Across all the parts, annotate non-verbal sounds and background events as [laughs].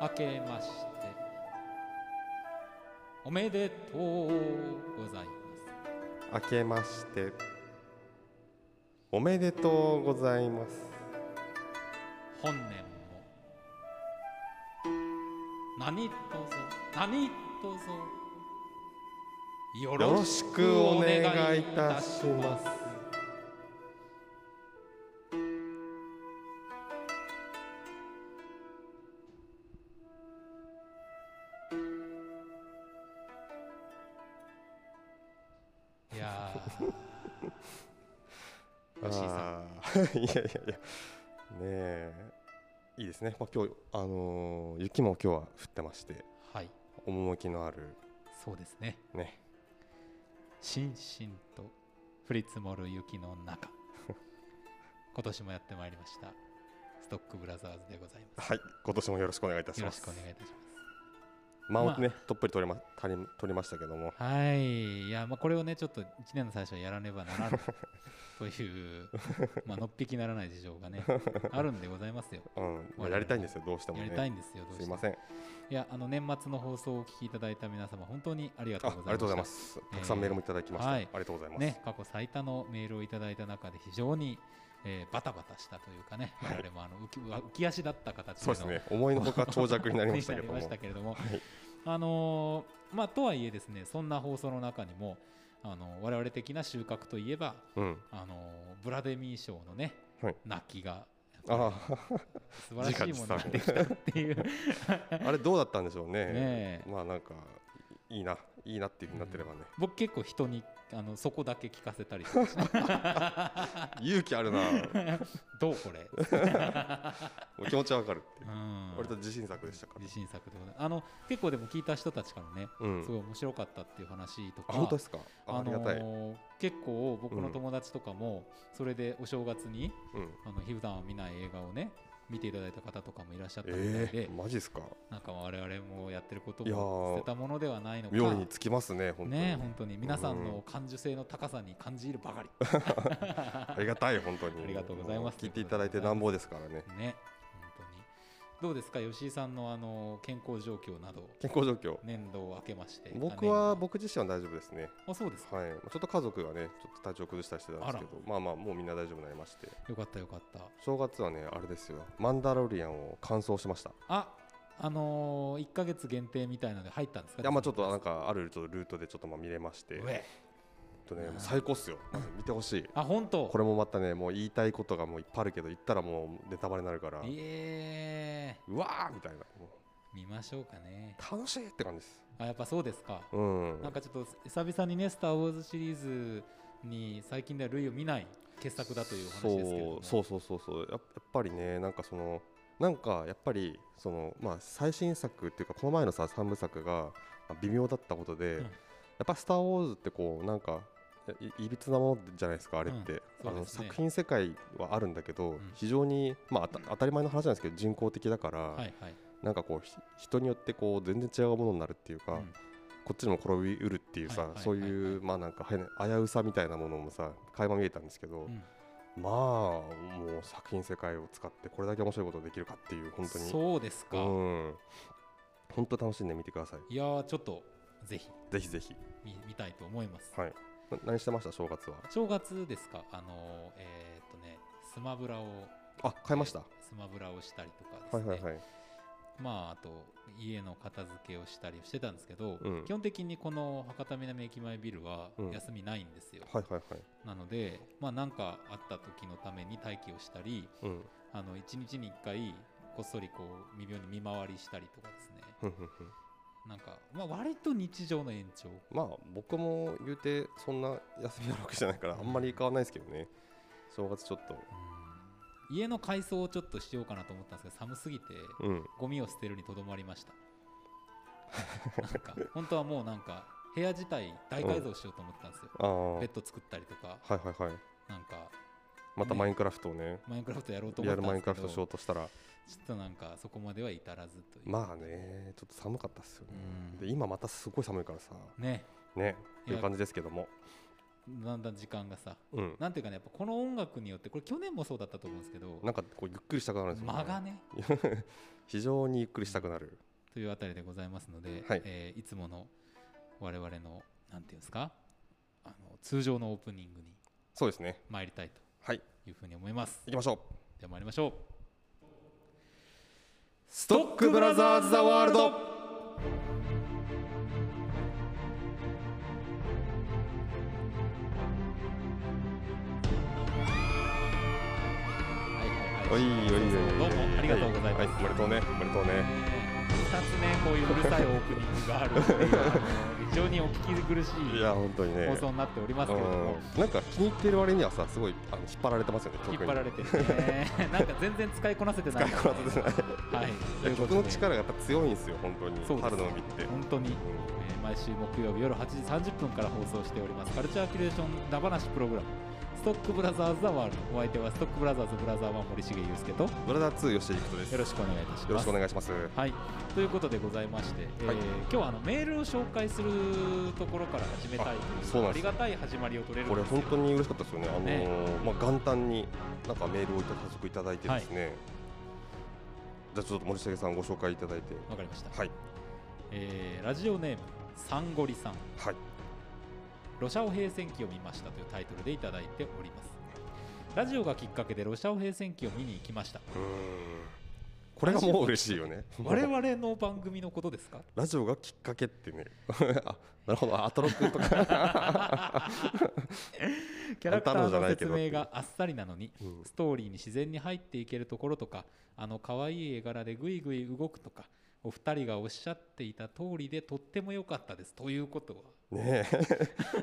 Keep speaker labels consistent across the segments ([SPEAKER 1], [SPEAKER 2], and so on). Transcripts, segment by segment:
[SPEAKER 1] 明けましておめでとうございま
[SPEAKER 2] 明けましておめでとうございます
[SPEAKER 1] す本年も何とぞ何とぞよ
[SPEAKER 2] よろしくお願いいたします
[SPEAKER 1] いやー吉井さん
[SPEAKER 2] あー [laughs] いやいやいやねえいいですね、まあ、今日あのー雪も今日は降ってまして
[SPEAKER 1] はい
[SPEAKER 2] 趣のある
[SPEAKER 1] そうですね
[SPEAKER 2] ね
[SPEAKER 1] しんしんと降り積もる雪の
[SPEAKER 2] [laughs]
[SPEAKER 1] 中今年もやってまいりましたストックブラザーズでございま
[SPEAKER 2] はい今年もよろしくお願いいた
[SPEAKER 1] す
[SPEAKER 2] し
[SPEAKER 1] よろ
[SPEAKER 2] ま
[SPEAKER 1] し
[SPEAKER 2] す
[SPEAKER 1] くお願いいたし
[SPEAKER 2] 間をね、
[SPEAKER 1] ま
[SPEAKER 2] とっぷり取れま取り取りましたけども
[SPEAKER 1] ますはいいやまあこれをねちょっと1年の最初はやらねばな
[SPEAKER 2] [laughs]
[SPEAKER 1] らぬというまあのっぴきならない事情が
[SPEAKER 2] [laughs]
[SPEAKER 1] ねあるんでございますよ
[SPEAKER 2] うんま
[SPEAKER 1] 我々も
[SPEAKER 2] あやりたいんですよどうしても
[SPEAKER 1] や
[SPEAKER 2] ね
[SPEAKER 1] りたいんですよどうして
[SPEAKER 2] すい
[SPEAKER 1] も
[SPEAKER 2] ません
[SPEAKER 1] いやあの年末の放送をお聞きいただいた皆様本当にありが
[SPEAKER 2] あ
[SPEAKER 1] と
[SPEAKER 2] あ
[SPEAKER 1] うご
[SPEAKER 2] り
[SPEAKER 1] ざいました
[SPEAKER 2] がとうございますたくさんメールもいただきました、
[SPEAKER 1] はい
[SPEAKER 2] ありがとうございます、
[SPEAKER 1] ね、過去最多のメールをいただいた中で非常に、えーバタバタしたというかね、
[SPEAKER 2] はい
[SPEAKER 1] 我々もあの浮き浮き足だった形
[SPEAKER 2] そう
[SPEAKER 1] で
[SPEAKER 2] です
[SPEAKER 1] の
[SPEAKER 2] ね思いのほ
[SPEAKER 1] [laughs]
[SPEAKER 2] か長尺になりましたけど
[SPEAKER 1] に [laughs] な
[SPEAKER 2] も
[SPEAKER 1] りましたけれども
[SPEAKER 2] はい
[SPEAKER 1] あのーまあ、とはいえですねそんな放送の中にもあの我々的な収穫といえば、
[SPEAKER 2] うん
[SPEAKER 1] あのーブラデミー賞のね、
[SPEAKER 2] はい
[SPEAKER 1] 泣きが
[SPEAKER 2] あ
[SPEAKER 1] 素晴らしいものができたっていう [laughs]
[SPEAKER 2] ああれどうだったんでしょうね
[SPEAKER 1] ねえ
[SPEAKER 2] まあなんかいいないいなっていうふうになってればね、
[SPEAKER 1] 僕結構人にあのそこだけ聞かせたりとかして
[SPEAKER 2] 勇気あるな
[SPEAKER 1] どうこ
[SPEAKER 2] [laughs]
[SPEAKER 1] れ、
[SPEAKER 2] 気持ちはわかるっていうう、
[SPEAKER 1] ん、
[SPEAKER 2] 割と自信作でしたから
[SPEAKER 1] 自信作でございますあの結構でも聞いた人たちからね
[SPEAKER 2] うん
[SPEAKER 1] すごい面白かったっていう話とか、
[SPEAKER 2] あ本当ですかあ
[SPEAKER 1] あ
[SPEAKER 2] ありがたい、
[SPEAKER 1] のー結構僕の友達とかもそれでお正月に、
[SPEAKER 2] うん
[SPEAKER 1] あの普段は見ない映画をね見ていただいた方とかもいらっしゃったみたいで、
[SPEAKER 2] ええマジですか
[SPEAKER 1] なんか我々もやってること
[SPEAKER 2] いや
[SPEAKER 1] も
[SPEAKER 2] ー
[SPEAKER 1] 捨てたものではないのか
[SPEAKER 2] 妙につきますね本当に、
[SPEAKER 1] ね本当に皆さんの感受性の高さに感じるば
[SPEAKER 2] [laughs]
[SPEAKER 1] かり、
[SPEAKER 2] ありがたい本当に
[SPEAKER 1] ありがとうございます
[SPEAKER 2] も聞いていただいてなんぼですからね
[SPEAKER 1] ね本当にどうですか吉井さんのあの健康状況など
[SPEAKER 2] 健康状況
[SPEAKER 1] 年度を明けまして
[SPEAKER 2] 僕
[SPEAKER 1] あ
[SPEAKER 2] は
[SPEAKER 1] 年度
[SPEAKER 2] 僕自身は大丈夫ですね
[SPEAKER 1] あそうですか
[SPEAKER 2] はい、ちょっと家族がね、ちょっと体調崩したりしてたんですけど、まあまあ、もうみんな大丈夫になりまして、
[SPEAKER 1] よかったよかった
[SPEAKER 2] 正月はね、あれですよ、マンダロリアンを完走しました。い
[SPEAKER 1] ああのー、1か月限定みたいなので入ったんですか
[SPEAKER 2] や、まあちょっとなんか、あるちょっとルートでちょっとまあ見れまして、え
[SPEAKER 1] 上
[SPEAKER 2] っとね、もう最高っすよ、まず見てほしい。
[SPEAKER 1] あ本当
[SPEAKER 2] これもまたね、もう言いたいことがもういっぱいあるけど、言ったらもうネタバレになるから、
[SPEAKER 1] え
[SPEAKER 2] うわーみたいな、も
[SPEAKER 1] ー、見ましょうかね
[SPEAKER 2] う楽しいって感じです。
[SPEAKER 1] あやっぱそうですか、
[SPEAKER 2] うん。
[SPEAKER 1] なんかちょっと久々にね「スター・ウォーズ」シリーズに最近では類を見ない傑作だというお話ですけれども
[SPEAKER 2] そうそうそうそうそうやっやっぱりねなんかそのなんかやっぱりそのまあ最新作っていうかこの前のさ三部作がまあ微妙だったことで、
[SPEAKER 1] うん
[SPEAKER 2] やっぱ「スター・ウォーズ」ってこうなんかいいびつなものじゃないですかあれって、
[SPEAKER 1] うん
[SPEAKER 2] あ
[SPEAKER 1] そう
[SPEAKER 2] の
[SPEAKER 1] ですね
[SPEAKER 2] 作品世界はあるんだけど、
[SPEAKER 1] ん
[SPEAKER 2] 非常に、まあ、あた当たり前の話なんですけど人工的だから、
[SPEAKER 1] はいはい、
[SPEAKER 2] なんかこうひ人によってこう全然違うものになるっていうか、
[SPEAKER 1] うん
[SPEAKER 2] こっちにも転びうるっていうさ、
[SPEAKER 1] はいはいはいはい
[SPEAKER 2] そういうまあなんか変な危うさみたいなものもさ垣間見えたんですけど、
[SPEAKER 1] うん
[SPEAKER 2] まあもう作品世界を使ってこれだけ面白いことができるかっていう本当に
[SPEAKER 1] そうですか、
[SPEAKER 2] うん本当楽しんで見てください
[SPEAKER 1] いやーちょっとぜひ
[SPEAKER 2] ぜひぜひ
[SPEAKER 1] 見見たいと思います、
[SPEAKER 2] はいな何してました正月は
[SPEAKER 1] 正月ですかあのー、えー、っとねスマブラを
[SPEAKER 2] あ買いました、
[SPEAKER 1] スマブラをしたりとかです
[SPEAKER 2] は
[SPEAKER 1] ね、
[SPEAKER 2] いはいはい
[SPEAKER 1] まあ、あと家の片付けをしたりしてたんですけど、
[SPEAKER 2] うん
[SPEAKER 1] 基本的にこの博多南駅前ビルは
[SPEAKER 2] うん
[SPEAKER 1] 休みないんですよ、
[SPEAKER 2] はいはいはい
[SPEAKER 1] なのでまあ、なんかあった時のために待機をしたり
[SPEAKER 2] うん
[SPEAKER 1] あの1日に1回こっそりこう微妙に見回りしたりとかですね
[SPEAKER 2] ふんふんふん
[SPEAKER 1] なんか、まあ、割と日常の延長
[SPEAKER 2] まあ僕も言うてそんな休みあるわけじゃないからあんまり買わないですけどね正月ちょっと
[SPEAKER 1] うん家の改装をちょっとしようかなと思ったんですけど寒すぎて
[SPEAKER 2] うん
[SPEAKER 1] ゴミを捨てるにとどまりま
[SPEAKER 2] [laughs]
[SPEAKER 1] したなんか本当はもうなんか部屋自体大改造しようと思ったんですよ、
[SPEAKER 2] ああは
[SPEAKER 1] ベ
[SPEAKER 2] い
[SPEAKER 1] ッド作ったりとか
[SPEAKER 2] はいはい
[SPEAKER 1] なんか
[SPEAKER 2] また
[SPEAKER 1] ね
[SPEAKER 2] マインクラフトをね
[SPEAKER 1] マインクラフトやろうと
[SPEAKER 2] リ
[SPEAKER 1] 思
[SPEAKER 2] ア
[SPEAKER 1] っ
[SPEAKER 2] ル
[SPEAKER 1] たん
[SPEAKER 2] マイ
[SPEAKER 1] です
[SPEAKER 2] ンク
[SPEAKER 1] け
[SPEAKER 2] ラ
[SPEAKER 1] ど
[SPEAKER 2] フトしようとしたら
[SPEAKER 1] ちょっとなんかそこまでは至らずという
[SPEAKER 2] まあねちょっと寒かったっすよね
[SPEAKER 1] うん
[SPEAKER 2] で今またすごい寒いからさ
[SPEAKER 1] ね
[SPEAKER 2] ねってい
[SPEAKER 1] や
[SPEAKER 2] う感じですけども
[SPEAKER 1] だんだん時間がさ
[SPEAKER 2] うん
[SPEAKER 1] なんていうかねやっぱこの音楽によってこれ去年もそうだったと思うんですけど
[SPEAKER 2] なんかこうゆっくりしたくなるんですよ、
[SPEAKER 1] 間がね
[SPEAKER 2] [laughs] 非常にゆっくりしたくなる、
[SPEAKER 1] というあたりでございますので、
[SPEAKER 2] はい
[SPEAKER 1] えーいつもの我々のなんていうんですかあの通常のオープニングに
[SPEAKER 2] そうですね
[SPEAKER 1] 参りたいと
[SPEAKER 2] はい
[SPEAKER 1] いうふうに思います
[SPEAKER 2] 行きましょう
[SPEAKER 1] では参りましょう
[SPEAKER 2] ス
[SPEAKER 1] トックブラザーズザワールドはいはい
[SPEAKER 2] おいおいおい
[SPEAKER 1] どうもありがとうございます、
[SPEAKER 2] はい、はいおめでとうねおめでとうね
[SPEAKER 1] 2つねこういううるさいオープニングがあるっていうあの非常にお聞き苦し
[SPEAKER 2] い
[SPEAKER 1] い
[SPEAKER 2] や本当にね
[SPEAKER 1] 放送になっておりますけれども
[SPEAKER 2] うんなんか気に入ってる割にはさすごいあの引っ張られてますよね曲
[SPEAKER 1] 引
[SPEAKER 2] に
[SPEAKER 1] っ張られてるね
[SPEAKER 2] [laughs]
[SPEAKER 1] なんか全然使いこなせてない
[SPEAKER 2] 使いこなせてない
[SPEAKER 1] はい
[SPEAKER 2] い
[SPEAKER 1] と
[SPEAKER 2] や
[SPEAKER 1] いうこ
[SPEAKER 2] 曲
[SPEAKER 1] と
[SPEAKER 2] の
[SPEAKER 1] で
[SPEAKER 2] 力がやっぱ強いんですよ本当に
[SPEAKER 1] そうです
[SPEAKER 2] 春の海って
[SPEAKER 1] 本当に、えー毎週木曜日夜8時30分から放送しておりますカルチャーキュレーションな話プログラムストックブラザーズ・ザ・ワールドお相手はストックブラザーズ・ブラザー1森重裕介とよ
[SPEAKER 2] ブラザー2吉井陸人です
[SPEAKER 1] ろしくお願いいたし
[SPEAKER 2] よろ
[SPEAKER 1] ま
[SPEAKER 2] し
[SPEAKER 1] す
[SPEAKER 2] くお願いします
[SPEAKER 1] はい、ということでございまして、えー
[SPEAKER 2] はい
[SPEAKER 1] 今日はあのメールを紹介するところから始めたいという
[SPEAKER 2] あそうなん
[SPEAKER 1] あ
[SPEAKER 2] で
[SPEAKER 1] り
[SPEAKER 2] す
[SPEAKER 1] がたい始まりを取れる
[SPEAKER 2] こ
[SPEAKER 1] ん
[SPEAKER 2] れ
[SPEAKER 1] ですよ
[SPEAKER 2] 本当に嬉しかったですよねあのー
[SPEAKER 1] ね
[SPEAKER 2] まあ元旦になんかメールをいた早速いただいてですね、じゃあちょっと森重さんご紹介いただいて
[SPEAKER 1] わかりました、
[SPEAKER 2] はい
[SPEAKER 1] えーラジオネームサンゴリさん
[SPEAKER 2] はい
[SPEAKER 1] ロシアオ平戦記を見ましたというタイトルでいただいておりますラジオがきっかけでロシアオ平戦記を見に行きました
[SPEAKER 2] うーんこれがもう嬉しいよ [laughs] ね
[SPEAKER 1] 我々の番組のことですか [laughs]
[SPEAKER 2] ラジオがきっかけってね [laughs] あなるほどアトロックとか、
[SPEAKER 1] キャラクターの説
[SPEAKER 2] あんたのじゃない
[SPEAKER 1] 明
[SPEAKER 2] けどっ
[SPEAKER 1] があっさりなのに
[SPEAKER 2] うん
[SPEAKER 1] ストーリーに自然に入っていけるところとかあの可愛い絵柄でぐいぐい動くとかお二人がおっしゃっていた通りでとっても良かったですということは
[SPEAKER 2] [laughs] ね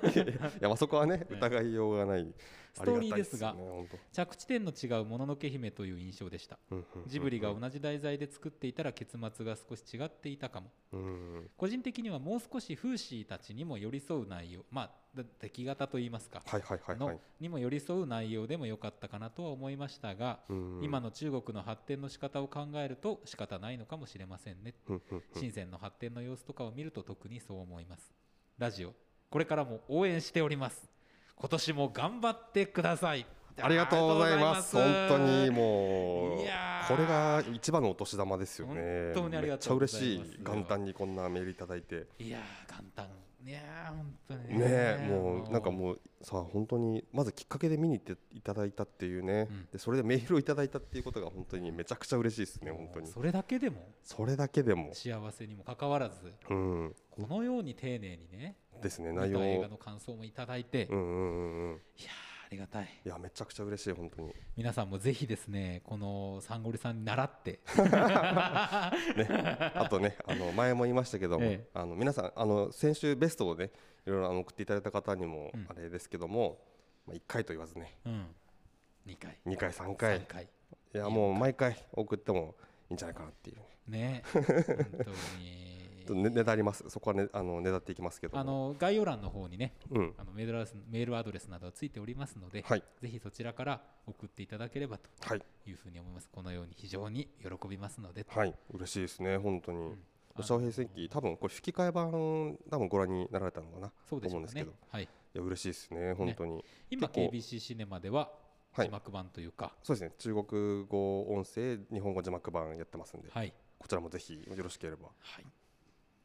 [SPEAKER 2] え [laughs] いやいやまあそこはね疑いようがない、
[SPEAKER 1] ストーリーですが
[SPEAKER 2] ありたいっすよね
[SPEAKER 1] 着地点の違う「もののけ姫」という印象でした
[SPEAKER 2] ほんとうんうんうん
[SPEAKER 1] ジブリが同じ題材で作っていたら結末が少し違っていたかも
[SPEAKER 2] うん
[SPEAKER 1] 個人的にはもう少しフーシーたちにも寄り添う内容まあだ出来型といいますか、
[SPEAKER 2] はいはいはいは
[SPEAKER 1] の
[SPEAKER 2] い
[SPEAKER 1] にも寄り添う内容でも良かったかなとは思いましたが、
[SPEAKER 2] うん
[SPEAKER 1] 今の中国の発展の仕方を考えると仕方ないのかもしれませんね、
[SPEAKER 2] うんうんうん
[SPEAKER 1] 深センの発展の様子とかを見ると特にそう思いますラジオこれからも応援しております今年も頑張ってください
[SPEAKER 2] ありがとうございます。本当に
[SPEAKER 1] も
[SPEAKER 2] もう
[SPEAKER 1] いやー
[SPEAKER 2] これが一番のお年玉ですよ
[SPEAKER 1] 本
[SPEAKER 2] ね。
[SPEAKER 1] 当にありがとうございます
[SPEAKER 2] めっちゃ嬉しい。元旦にこんなメールいただいて、
[SPEAKER 1] ういやー簡単いやー本当に
[SPEAKER 2] ねえ、もうなんか
[SPEAKER 1] う
[SPEAKER 2] もうさ本当にまずきっかけで見に行っていただいたっていうね
[SPEAKER 1] うん。
[SPEAKER 2] でそれでメールをいただいたっていうことが本当にめちゃくちゃ嬉しいですね。本当に。
[SPEAKER 1] それだけでも
[SPEAKER 2] それだけでも、
[SPEAKER 1] 幸せにもかかわらず
[SPEAKER 2] うん、
[SPEAKER 1] このように丁寧にね
[SPEAKER 2] ですね。内
[SPEAKER 1] 見
[SPEAKER 2] 容
[SPEAKER 1] た映
[SPEAKER 2] を
[SPEAKER 1] 画の感想もいただいて、
[SPEAKER 2] う
[SPEAKER 1] いや
[SPEAKER 2] んうんうんうん。
[SPEAKER 1] ーありがたい
[SPEAKER 2] いやめちゃくちゃ嬉しい本当に。
[SPEAKER 1] 皆さんもぜひですねこのサンゴリさんに習って
[SPEAKER 2] あとね、あの前も言いましたけども、
[SPEAKER 1] ええ
[SPEAKER 2] あの皆さん、あの先週ベストをね、いろいろあの送っていただいた方にも
[SPEAKER 1] うん
[SPEAKER 2] あれですけども、まあ一回と言わずね、
[SPEAKER 1] うん2回
[SPEAKER 2] 二回三回、
[SPEAKER 1] 3
[SPEAKER 2] い
[SPEAKER 1] 回
[SPEAKER 2] やもう毎回送ってもいいんじゃないかなっていう。
[SPEAKER 1] ね本
[SPEAKER 2] ちょっ
[SPEAKER 1] 当
[SPEAKER 2] と
[SPEAKER 1] に
[SPEAKER 2] ねねだります。そこはねあのねだっていきますけども。
[SPEAKER 1] あの概要欄の方にね
[SPEAKER 2] うん、
[SPEAKER 1] あのメールアドレスメールアドレスなどはついておりますので、
[SPEAKER 2] はい
[SPEAKER 1] ぜひそちらから送っていただければと
[SPEAKER 2] はい
[SPEAKER 1] いうふうに思いますこのように非常に喜びますので
[SPEAKER 2] はい嬉しいですね本当に。
[SPEAKER 1] ん
[SPEAKER 2] ロシア平成期多分これ吹き替え版多分ご覧になられたのかな。い
[SPEAKER 1] そうでしょう
[SPEAKER 2] と思うんです
[SPEAKER 1] か
[SPEAKER 2] け
[SPEAKER 1] ね
[SPEAKER 2] ど
[SPEAKER 1] はい
[SPEAKER 2] や嬉しいですね本当に。
[SPEAKER 1] 今
[SPEAKER 2] 結構
[SPEAKER 1] KBC シネマでは
[SPEAKER 2] はい
[SPEAKER 1] 字幕版というか、
[SPEAKER 2] そうですね中国語音声日本語字幕版やってますんで、
[SPEAKER 1] はい、
[SPEAKER 2] こちらもぜひよろしければ。
[SPEAKER 1] はい、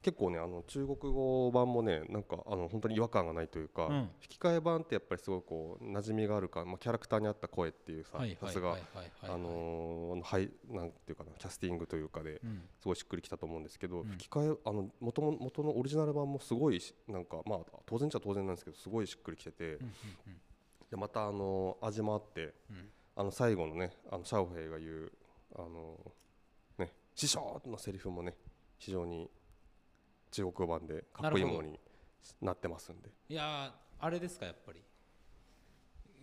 [SPEAKER 2] 結構ねあの中国語版もねなんかあの本当に違和感がないというか、
[SPEAKER 1] うん
[SPEAKER 2] 吹き替え版ってやっぱりすごいこう馴染みがあるから、まあ、キャラクターに合った声っていうさ
[SPEAKER 1] はい
[SPEAKER 2] さ
[SPEAKER 1] はい
[SPEAKER 2] す
[SPEAKER 1] はいは
[SPEAKER 2] が
[SPEAKER 1] いは
[SPEAKER 2] あ
[SPEAKER 1] いはい
[SPEAKER 2] のーはいなんていうかなキャスティングというかで
[SPEAKER 1] うん
[SPEAKER 2] すごいしっくりきたと思うんですけ
[SPEAKER 1] う
[SPEAKER 2] ど、
[SPEAKER 1] ん
[SPEAKER 2] 吹き替えあの元も元のオリジナル版もすごいしなんかまあ当然っちゃ当然なんですけどすごいしっくりきてて、
[SPEAKER 1] うん
[SPEAKER 2] でまたあのー味もあって
[SPEAKER 1] うんうん
[SPEAKER 2] あの最後のねあのシャオヘイが言うあのーね師匠のセリフもね非常に中国語版でかっこいいものになってますんで
[SPEAKER 1] いやーあれですかやっぱり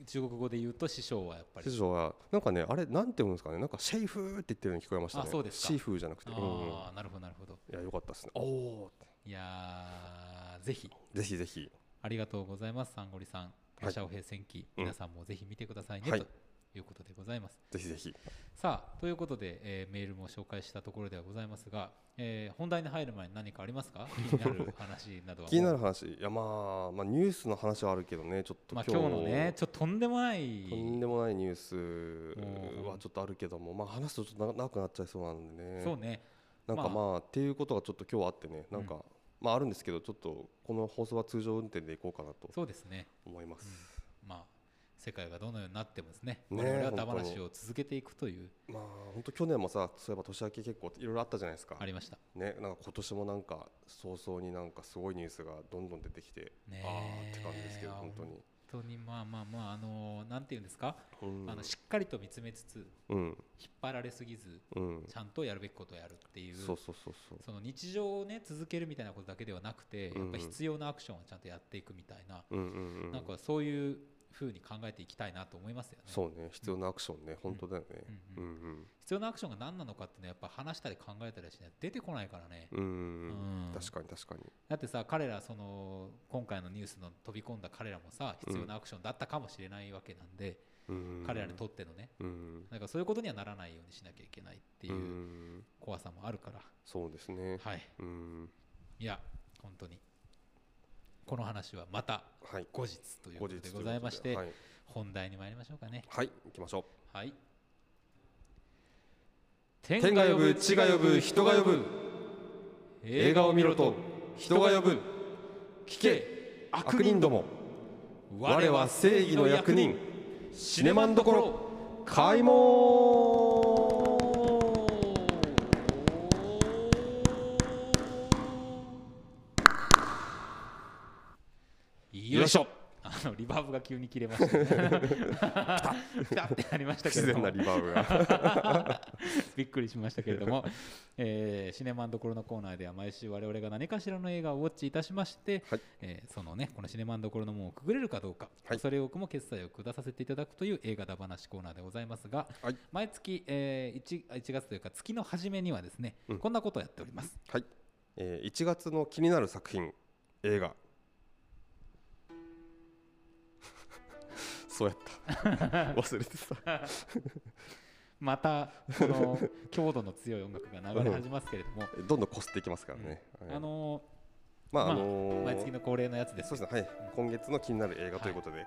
[SPEAKER 1] 中国語で言うと師匠はやっぱり
[SPEAKER 2] 師匠はなんかねあれなんて言うんですかねなんかシェイフーって言ってるように聞こえましたね
[SPEAKER 1] あそうですか
[SPEAKER 2] シーフーじゃなくて、うんうん、い
[SPEAKER 1] ああなるほどなるほど
[SPEAKER 2] やよかったですねおお
[SPEAKER 1] いやーぜひ
[SPEAKER 2] ぜひぜひ
[SPEAKER 1] ありがとうございますサンゴリさん
[SPEAKER 2] い
[SPEAKER 1] ロシアオ平戦記
[SPEAKER 2] うん
[SPEAKER 1] 皆さんもぜひ見てくださいね、
[SPEAKER 2] はい
[SPEAKER 1] ということでございます。
[SPEAKER 2] ぜひぜひ
[SPEAKER 1] さあということで、えーメールも紹介したところではございますが、えー本題に入る前に何かありますか気になる話などは
[SPEAKER 2] 気になる話いやまあまあニュースの話はあるけどねちょっと
[SPEAKER 1] ま
[SPEAKER 2] 今
[SPEAKER 1] あ、
[SPEAKER 2] 日,、
[SPEAKER 1] 今日のねちょっととんでもない
[SPEAKER 2] とんでもないニュース
[SPEAKER 1] う
[SPEAKER 2] は
[SPEAKER 1] ん
[SPEAKER 2] ちょっとあるけどもまあ話すとちょっと長長くなっちゃいそうなんでね
[SPEAKER 1] そうね
[SPEAKER 2] なんか
[SPEAKER 1] ま
[SPEAKER 2] まあっていうことがちょっと今日はあってねなんか、まああるんですけどちょっとこの放送は通常運転でいこうかなと
[SPEAKER 1] そうですね
[SPEAKER 2] 思います、
[SPEAKER 1] まあ世界がどのようになってもですね
[SPEAKER 2] ね
[SPEAKER 1] 我々はダ
[SPEAKER 2] 本
[SPEAKER 1] 話
[SPEAKER 2] 当
[SPEAKER 1] を続けていくという
[SPEAKER 2] まあ本当去年もさそういえば年明け結構いろいろあったじゃないですか
[SPEAKER 1] ありました
[SPEAKER 2] ねなんか今年もなんか早々になんかすごいニュースがどんどん出てきて、
[SPEAKER 1] ね
[SPEAKER 2] ああって感じですけど本当に
[SPEAKER 1] 本当にまあまあまああのーなんていうんですか、
[SPEAKER 2] うん
[SPEAKER 1] あのしっかりと見つめつつ
[SPEAKER 2] うん
[SPEAKER 1] 引っ張られすぎず
[SPEAKER 2] うん
[SPEAKER 1] ちゃんとやるべきことをやるっていう
[SPEAKER 2] そうそうそうそう
[SPEAKER 1] その日常をね続けるみたいなことだけではなくて、
[SPEAKER 2] うんうん
[SPEAKER 1] やっぱ必要なアクションはちゃんとやっていくみたいな、
[SPEAKER 2] うんうんうん
[SPEAKER 1] なんかそういう風に考えていきたいなと思いますよね。
[SPEAKER 2] そうね必要なアクションね、本当だよね
[SPEAKER 1] う
[SPEAKER 2] うんんうん
[SPEAKER 1] 必要なアクションが何なのかってねやっぱ話したり考えたりしないと出てこないからね。
[SPEAKER 2] うんうん
[SPEAKER 1] うん
[SPEAKER 2] 確かに確かに
[SPEAKER 1] だってさ彼らその今回のニュースの飛び込んだ彼らもさ必要なアクションだったかもしれないわけなんで、
[SPEAKER 2] うん
[SPEAKER 1] 彼らにとってのね
[SPEAKER 2] うん
[SPEAKER 1] なんかそういうことにはならないようにしなきゃいけないっていううん怖さもあるから、
[SPEAKER 2] そうですね
[SPEAKER 1] はい
[SPEAKER 2] うん
[SPEAKER 1] いや本当にこの話はまた
[SPEAKER 2] はい
[SPEAKER 1] 後日という
[SPEAKER 2] 後
[SPEAKER 1] こ
[SPEAKER 2] 日
[SPEAKER 1] と
[SPEAKER 2] と
[SPEAKER 1] で
[SPEAKER 2] う
[SPEAKER 1] ご
[SPEAKER 2] ことで
[SPEAKER 1] ざいまして、
[SPEAKER 2] はい
[SPEAKER 1] 本題に参りましょうかね
[SPEAKER 2] はい行きましょう
[SPEAKER 1] はい
[SPEAKER 2] 天が呼ぶ地が呼ぶ人が呼ぶ映画を見ろと人が呼ぶ
[SPEAKER 1] 聞け
[SPEAKER 2] 悪人ども我は正義の役人シネマンどころ開門
[SPEAKER 1] よいしょあのリバーブが急に切れま
[SPEAKER 2] [laughs]
[SPEAKER 1] したね [laughs] ピタッてなりました
[SPEAKER 2] 不
[SPEAKER 1] けれど
[SPEAKER 2] 自然
[SPEAKER 1] も
[SPEAKER 2] なリバーブ [laughs] が
[SPEAKER 1] [laughs] びっくりしましたけれども、えーシネマンどころのコーナーでは毎週我々が何かしらの映画をウォッチいたしまして、
[SPEAKER 2] はい
[SPEAKER 1] えーそのねこのシネマンどころの門をくぐれるかどうか、
[SPEAKER 2] はい
[SPEAKER 1] それをも決済を下させていただくという映画だ話コーナーでございますが、
[SPEAKER 2] はい
[SPEAKER 1] 毎月、え 1, 月というか月の初めにはですね、
[SPEAKER 2] うん
[SPEAKER 1] こんなことをやっております
[SPEAKER 2] はい、えー、1月の気になる作品映画 [laughs] そうや [laughs] った忘れてた
[SPEAKER 1] またこの強度の強い音楽が流れ始めますけれども、
[SPEAKER 2] どんどんこすっていきますからね、はい
[SPEAKER 1] あの
[SPEAKER 2] ま
[SPEAKER 1] ま
[SPEAKER 2] あ
[SPEAKER 1] あ
[SPEAKER 2] あのー
[SPEAKER 1] 毎月の恒例のやつです
[SPEAKER 2] そうですねはい今月の気になる映画ということで、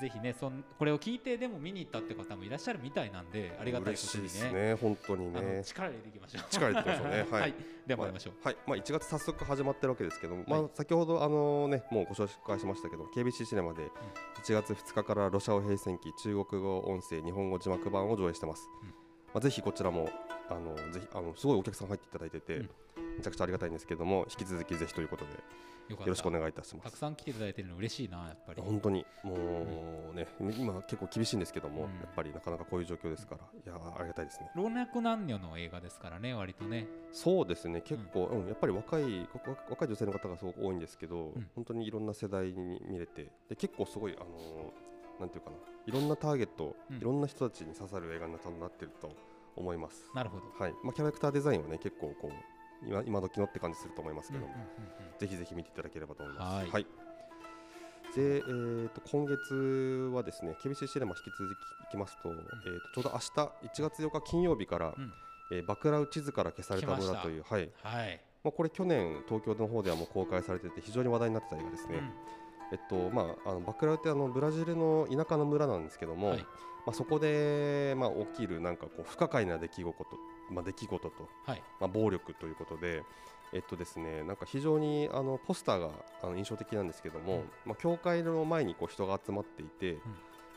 [SPEAKER 1] ぜひねそんこれを聞いてでも見に行ったって方もいらっしゃるみたいなんでありがたいこ
[SPEAKER 2] 嬉
[SPEAKER 1] と
[SPEAKER 2] しい
[SPEAKER 1] に
[SPEAKER 2] ですね本当に
[SPEAKER 1] あの
[SPEAKER 2] ね
[SPEAKER 1] 力入れていきましょう。
[SPEAKER 2] 力入れていきましょうねはい
[SPEAKER 1] では参りましょう。
[SPEAKER 2] はい、まあ、1月早速始まってるわけですけども、ま
[SPEAKER 1] は
[SPEAKER 2] あ、先ほど、あのね、もうご紹介しましたけど KBC シネマで1月2日からロシア語平戦期中国語音声日本語字幕版を上映してます、
[SPEAKER 1] うん
[SPEAKER 2] まあ、ぜひこちらもあのぜひあのすごいお客さん入っていただいてて、
[SPEAKER 1] うん
[SPEAKER 2] めちゃくちゃありがたいんですけども引き続きぜひということでよ
[SPEAKER 1] よかった
[SPEAKER 2] ろしくお願いいたしま
[SPEAKER 1] たく
[SPEAKER 2] す
[SPEAKER 1] さん来ていただいてるの嬉しいな、やっぱり。
[SPEAKER 2] 本当にもうね、今結構厳しいんですけども、
[SPEAKER 1] うん
[SPEAKER 2] やっぱりなかなかこういう状況ですからいやーありがたいですね
[SPEAKER 1] 老若男女の映画ですからね、割とね。
[SPEAKER 2] そうですね結構、うんやっぱり若いここ若い女性の方がすごく多いんですけど、
[SPEAKER 1] うん
[SPEAKER 2] 本当にいろんな世代に見れてで結構すごいあのーなんていうかないろんなターゲット、
[SPEAKER 1] うん
[SPEAKER 2] いろんな人たちに刺さる映画になったなってると思います、
[SPEAKER 1] なるほど。
[SPEAKER 2] はいまあ、キャラクターデザインはね結構こう今今時のって感じすると思いますけど
[SPEAKER 1] うん
[SPEAKER 2] も、
[SPEAKER 1] うんうんうん
[SPEAKER 2] ぜひぜひ見ていただければと思います
[SPEAKER 1] はい
[SPEAKER 2] で、えー、と今月はですね KBC シネマ引き続きいきますと,、えー、とちょうど明日1月8日金曜日から、
[SPEAKER 1] うん
[SPEAKER 2] えー爆弾地図から消された
[SPEAKER 1] 来まし
[SPEAKER 2] 村
[SPEAKER 1] た
[SPEAKER 2] というはい
[SPEAKER 1] はい。
[SPEAKER 2] まあ、これ去年東京の方ではもう公開されてて非常に話題になってた映画ですね、えっとまあ、あのバクラウってあのブラジルの田舎の村なんですけども、
[SPEAKER 1] はい
[SPEAKER 2] まあ、そこで、まあ、起きるなんかこう不可解な出来事と、まあ、出来事と、
[SPEAKER 1] うんはい。
[SPEAKER 2] まあ、暴力ということで、えっとですね、なんか非常にあのポスターがあの印象的なんですけども、
[SPEAKER 1] うん
[SPEAKER 2] まあ、教会の前にこう人が集まっていて、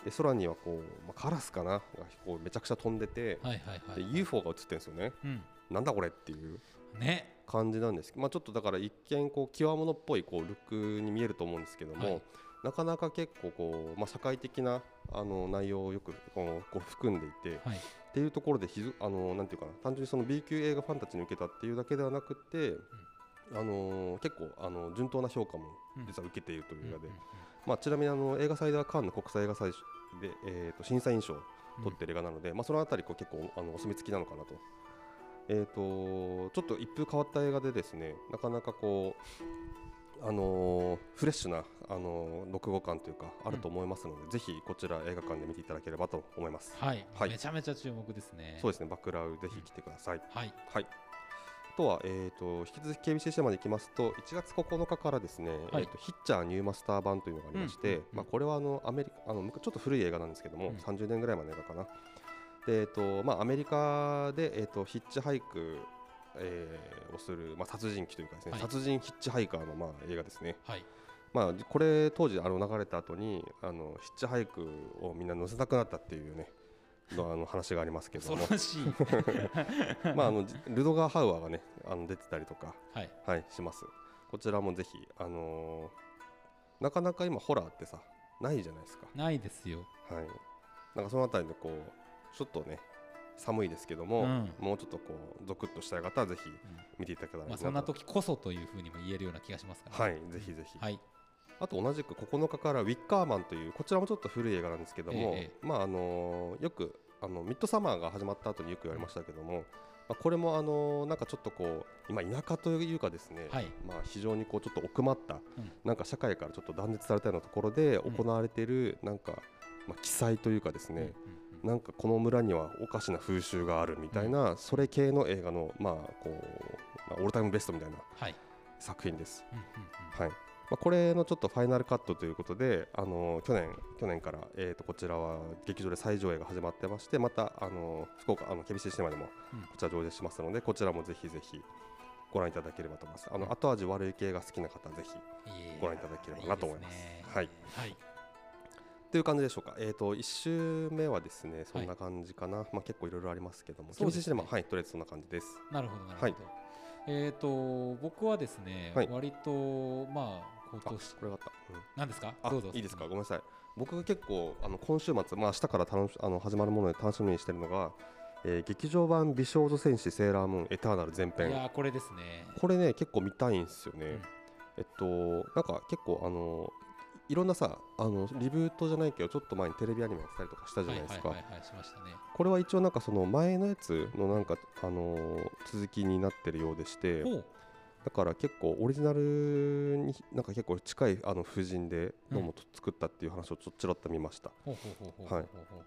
[SPEAKER 2] で空にはこう、まあ、カラスかながこうめちゃくちゃ飛んでて、
[SPEAKER 1] はいはいは
[SPEAKER 2] で
[SPEAKER 1] い。
[SPEAKER 2] UFO が映ってるんですよね
[SPEAKER 1] うん。
[SPEAKER 2] なんだこれっていう。
[SPEAKER 1] ね。
[SPEAKER 2] 感じなんですけど、まあ、ちょっとだから一見こう極物っぽいこうルックに見えると思うんですけども、
[SPEAKER 1] はい
[SPEAKER 2] なかなか結構こう、まあ、社会的なあの内容をよくこのこう含んでいてっ
[SPEAKER 1] はい。
[SPEAKER 2] ていうところでひずあのなんていうかな単純にその B 級映画ファンたちに受けたっていうだけではなくて、あの結構あの順当な評価も実は受けているという映画で、
[SPEAKER 1] うんうん
[SPEAKER 2] まあ、ちなみにあの映画祭ではカンヌ国際映画祭で、えー、と審査員賞を取ってる映画なので、まあ、そのあたりこう結構あのお墨付きなのかなと。えー、とちょっと一風変わった映画でですねなかなかこうあのーフレッシュな、あのー、読後感というかあると思いますので、ぜひこちら映画館で見ていただければと思います、
[SPEAKER 1] はい、
[SPEAKER 2] はい
[SPEAKER 1] めちゃめちゃ注目ですね。
[SPEAKER 2] そうですねバックラウぜひ来てください、
[SPEAKER 1] はい、
[SPEAKER 2] はい。あとは、えー、と引き続き KBCC まで行きますと1月9日からですね、
[SPEAKER 1] はい
[SPEAKER 2] えー、とヒッチャーニューマスター版というのがありまして、
[SPEAKER 1] うんうんうん
[SPEAKER 2] まあ、これはあのアメリカあの昔ちょっと古い映画なんですけども、
[SPEAKER 1] うん
[SPEAKER 2] 30年ぐらい前の映画かなで、えーとまあ、アメリカで、えー、とヒッチハイク、えーをする、まあ、殺人鬼というかですね、
[SPEAKER 1] はい
[SPEAKER 2] 殺人ヒッチハイカーの、まあ、映画ですね、
[SPEAKER 1] はい、
[SPEAKER 2] まあ、これ当時あの流れた後にあのヒッチハイクをみんな乗せなくなったっていうねのあの話がありますけど
[SPEAKER 1] 恐
[SPEAKER 2] も
[SPEAKER 1] ろしい。
[SPEAKER 2] [laughs]
[SPEAKER 1] [laughs]
[SPEAKER 2] まあ、あのじルドガー・ハウアーがねあの出てたりとか、
[SPEAKER 1] はい、
[SPEAKER 2] はい、しますこちらもぜひ、あのーなかなか今ホラーってさないじゃないですか、
[SPEAKER 1] ないですよ。
[SPEAKER 2] はい、なんかそのあたりでこうちょっとね寒いですけども、
[SPEAKER 1] うん
[SPEAKER 2] もうちょっとこうゾクッとしたい方はぜひ見ていただけたらいい
[SPEAKER 1] ま
[SPEAKER 2] な
[SPEAKER 1] あ、
[SPEAKER 2] と、
[SPEAKER 1] そんな時こそというふうにも言えるような気がしますから、、
[SPEAKER 2] はいいぜひぜひ、
[SPEAKER 1] はい、
[SPEAKER 2] あと同じく9日からウィッカーマンというこちらもちょっと古い映画なんですけども、
[SPEAKER 1] え
[SPEAKER 2] まああのーよくあのミッドサマーが始まった後によく言われましたけども、まあ、これもあのーなんかちょっとこう今田舎というかですね、
[SPEAKER 1] はい
[SPEAKER 2] まあ非常にこうちょっと奥まった、
[SPEAKER 1] ん
[SPEAKER 2] なんか社会からちょっと断絶されたようなところで
[SPEAKER 1] うん
[SPEAKER 2] 行われているなんか、まあ記載というかですね、
[SPEAKER 1] うんうんうん
[SPEAKER 2] なんかこの村にはおかしな風習があるみたいな、それ系の映画のまあこう、まあ、オールタイムベストみたいな
[SPEAKER 1] はい、
[SPEAKER 2] 作品です。
[SPEAKER 1] うんうんうん
[SPEAKER 2] はいまあ、これのちょっとファイナルカットということで、あの去年去年から、えー、とこちらは劇場で再上映が始まってましてまた、あの福岡あの厳しいシネマでも
[SPEAKER 1] うん
[SPEAKER 2] こちら上映しますので、こちらもぜひぜひご覧いただければと思いますあの後味悪い系が好きな方はぜひ
[SPEAKER 1] いや
[SPEAKER 2] ご覧いただければなと思います
[SPEAKER 1] ですね
[SPEAKER 2] はい、
[SPEAKER 1] はい、
[SPEAKER 2] という感じでしょうか、えー、と1週目はですねそんな感じかな、まあ、結構いろいろありますけども、
[SPEAKER 1] そう
[SPEAKER 2] 厳
[SPEAKER 1] ですね
[SPEAKER 2] しいシネマはいとりあえずそんな感じです
[SPEAKER 1] なるほどなるほど、
[SPEAKER 2] はい
[SPEAKER 1] えっ、と僕はですね、
[SPEAKER 2] はい
[SPEAKER 1] 割とまあ今
[SPEAKER 2] あこ
[SPEAKER 1] 年
[SPEAKER 2] れがあった、うん
[SPEAKER 1] 何ですか
[SPEAKER 2] あ
[SPEAKER 1] どうぞ
[SPEAKER 2] いいですかごめんなさい僕が結構あの今週末、まあ明日から楽しあの始まるもので楽しみにしてるのが、えー劇場版「美少女戦士セーラームーンエターナル前
[SPEAKER 1] い
[SPEAKER 2] 編
[SPEAKER 1] やーこれですね」
[SPEAKER 2] これね結構見たいんですよね、えっとなんか結構あのいろんなさあのリブートじゃないけどちょっと前にテレビアニメやってたりとかしたじゃ
[SPEAKER 1] は
[SPEAKER 2] ない
[SPEAKER 1] は
[SPEAKER 2] い
[SPEAKER 1] い
[SPEAKER 2] ですか、
[SPEAKER 1] はいはいしましたね
[SPEAKER 2] これは一応なんかその前のやつのなんかあの続きになってるようでして
[SPEAKER 1] ほう
[SPEAKER 2] だから結構オリジナルになんか結構近いあの夫人でどうもと作ったっていう話をちょっとちらっと見ました、
[SPEAKER 1] ほうほうほうほうほうほう
[SPEAKER 2] はい
[SPEAKER 1] ほう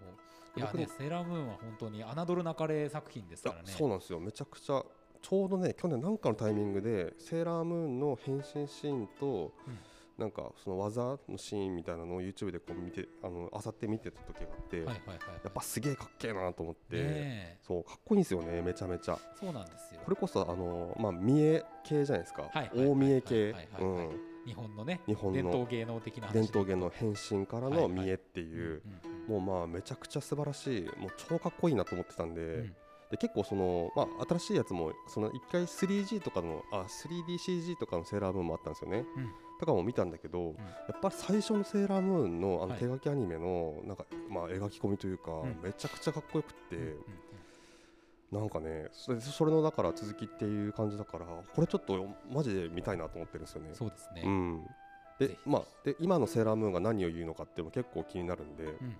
[SPEAKER 1] いや
[SPEAKER 2] 僕も
[SPEAKER 1] ねセーラームーンは本当に侮るなかれ作品です
[SPEAKER 2] い
[SPEAKER 1] か
[SPEAKER 2] や
[SPEAKER 1] らね
[SPEAKER 2] そうなんですよめちゃくちゃちょうどね去年なんかのタイミングでセーラームーンの変身シーンと、
[SPEAKER 1] うん
[SPEAKER 2] なんかその技のシーンみたいなのを YouTube でこう見てあの漁って見てた時があって、
[SPEAKER 1] はい
[SPEAKER 2] や
[SPEAKER 1] はいはいはい
[SPEAKER 2] っぱすげえかっけえなと思って、
[SPEAKER 1] ねえ
[SPEAKER 2] そうかっこいいんですよねめちゃめちゃ
[SPEAKER 1] そうなんですよ
[SPEAKER 2] これこそあのまあ三重系じゃないですか、
[SPEAKER 1] はいはい
[SPEAKER 2] 大三重系
[SPEAKER 1] はいはいうはいはい
[SPEAKER 2] ん
[SPEAKER 1] 日本のね
[SPEAKER 2] 日本
[SPEAKER 1] 伝統
[SPEAKER 2] の
[SPEAKER 1] 芸能的な話
[SPEAKER 2] 伝統芸能変身から
[SPEAKER 1] はいは
[SPEAKER 2] の
[SPEAKER 1] い
[SPEAKER 2] 三重っていう、
[SPEAKER 1] うんうんうん
[SPEAKER 2] もうまあめちゃくちゃ素晴らしいもう超かっこいいなと思ってたんで、
[SPEAKER 1] うん
[SPEAKER 2] で結構その、まあ、新しいやつもその一回 3G とかのあ 3DCG とかのセーラームーンもあったんですよね、
[SPEAKER 1] うん
[SPEAKER 2] とかも見たんだけど、
[SPEAKER 1] ん
[SPEAKER 2] やっぱり最初のセーラームーンのあの
[SPEAKER 1] はい
[SPEAKER 2] 手書きアニメのなんか、まあ、描き込みというか、
[SPEAKER 1] ん
[SPEAKER 2] めちゃくちゃかっこよくって、
[SPEAKER 1] うんうん
[SPEAKER 2] なんかねそれそれのだから続きっていう感じだからこれちょっとマジで見たいなと思ってるんですよね
[SPEAKER 1] うん。そうですね
[SPEAKER 2] うん
[SPEAKER 1] ぜ
[SPEAKER 2] で
[SPEAKER 1] ひ
[SPEAKER 2] まあ、で今のセーラームーンが何を言うのかっていうのも結構気になるんで、
[SPEAKER 1] うん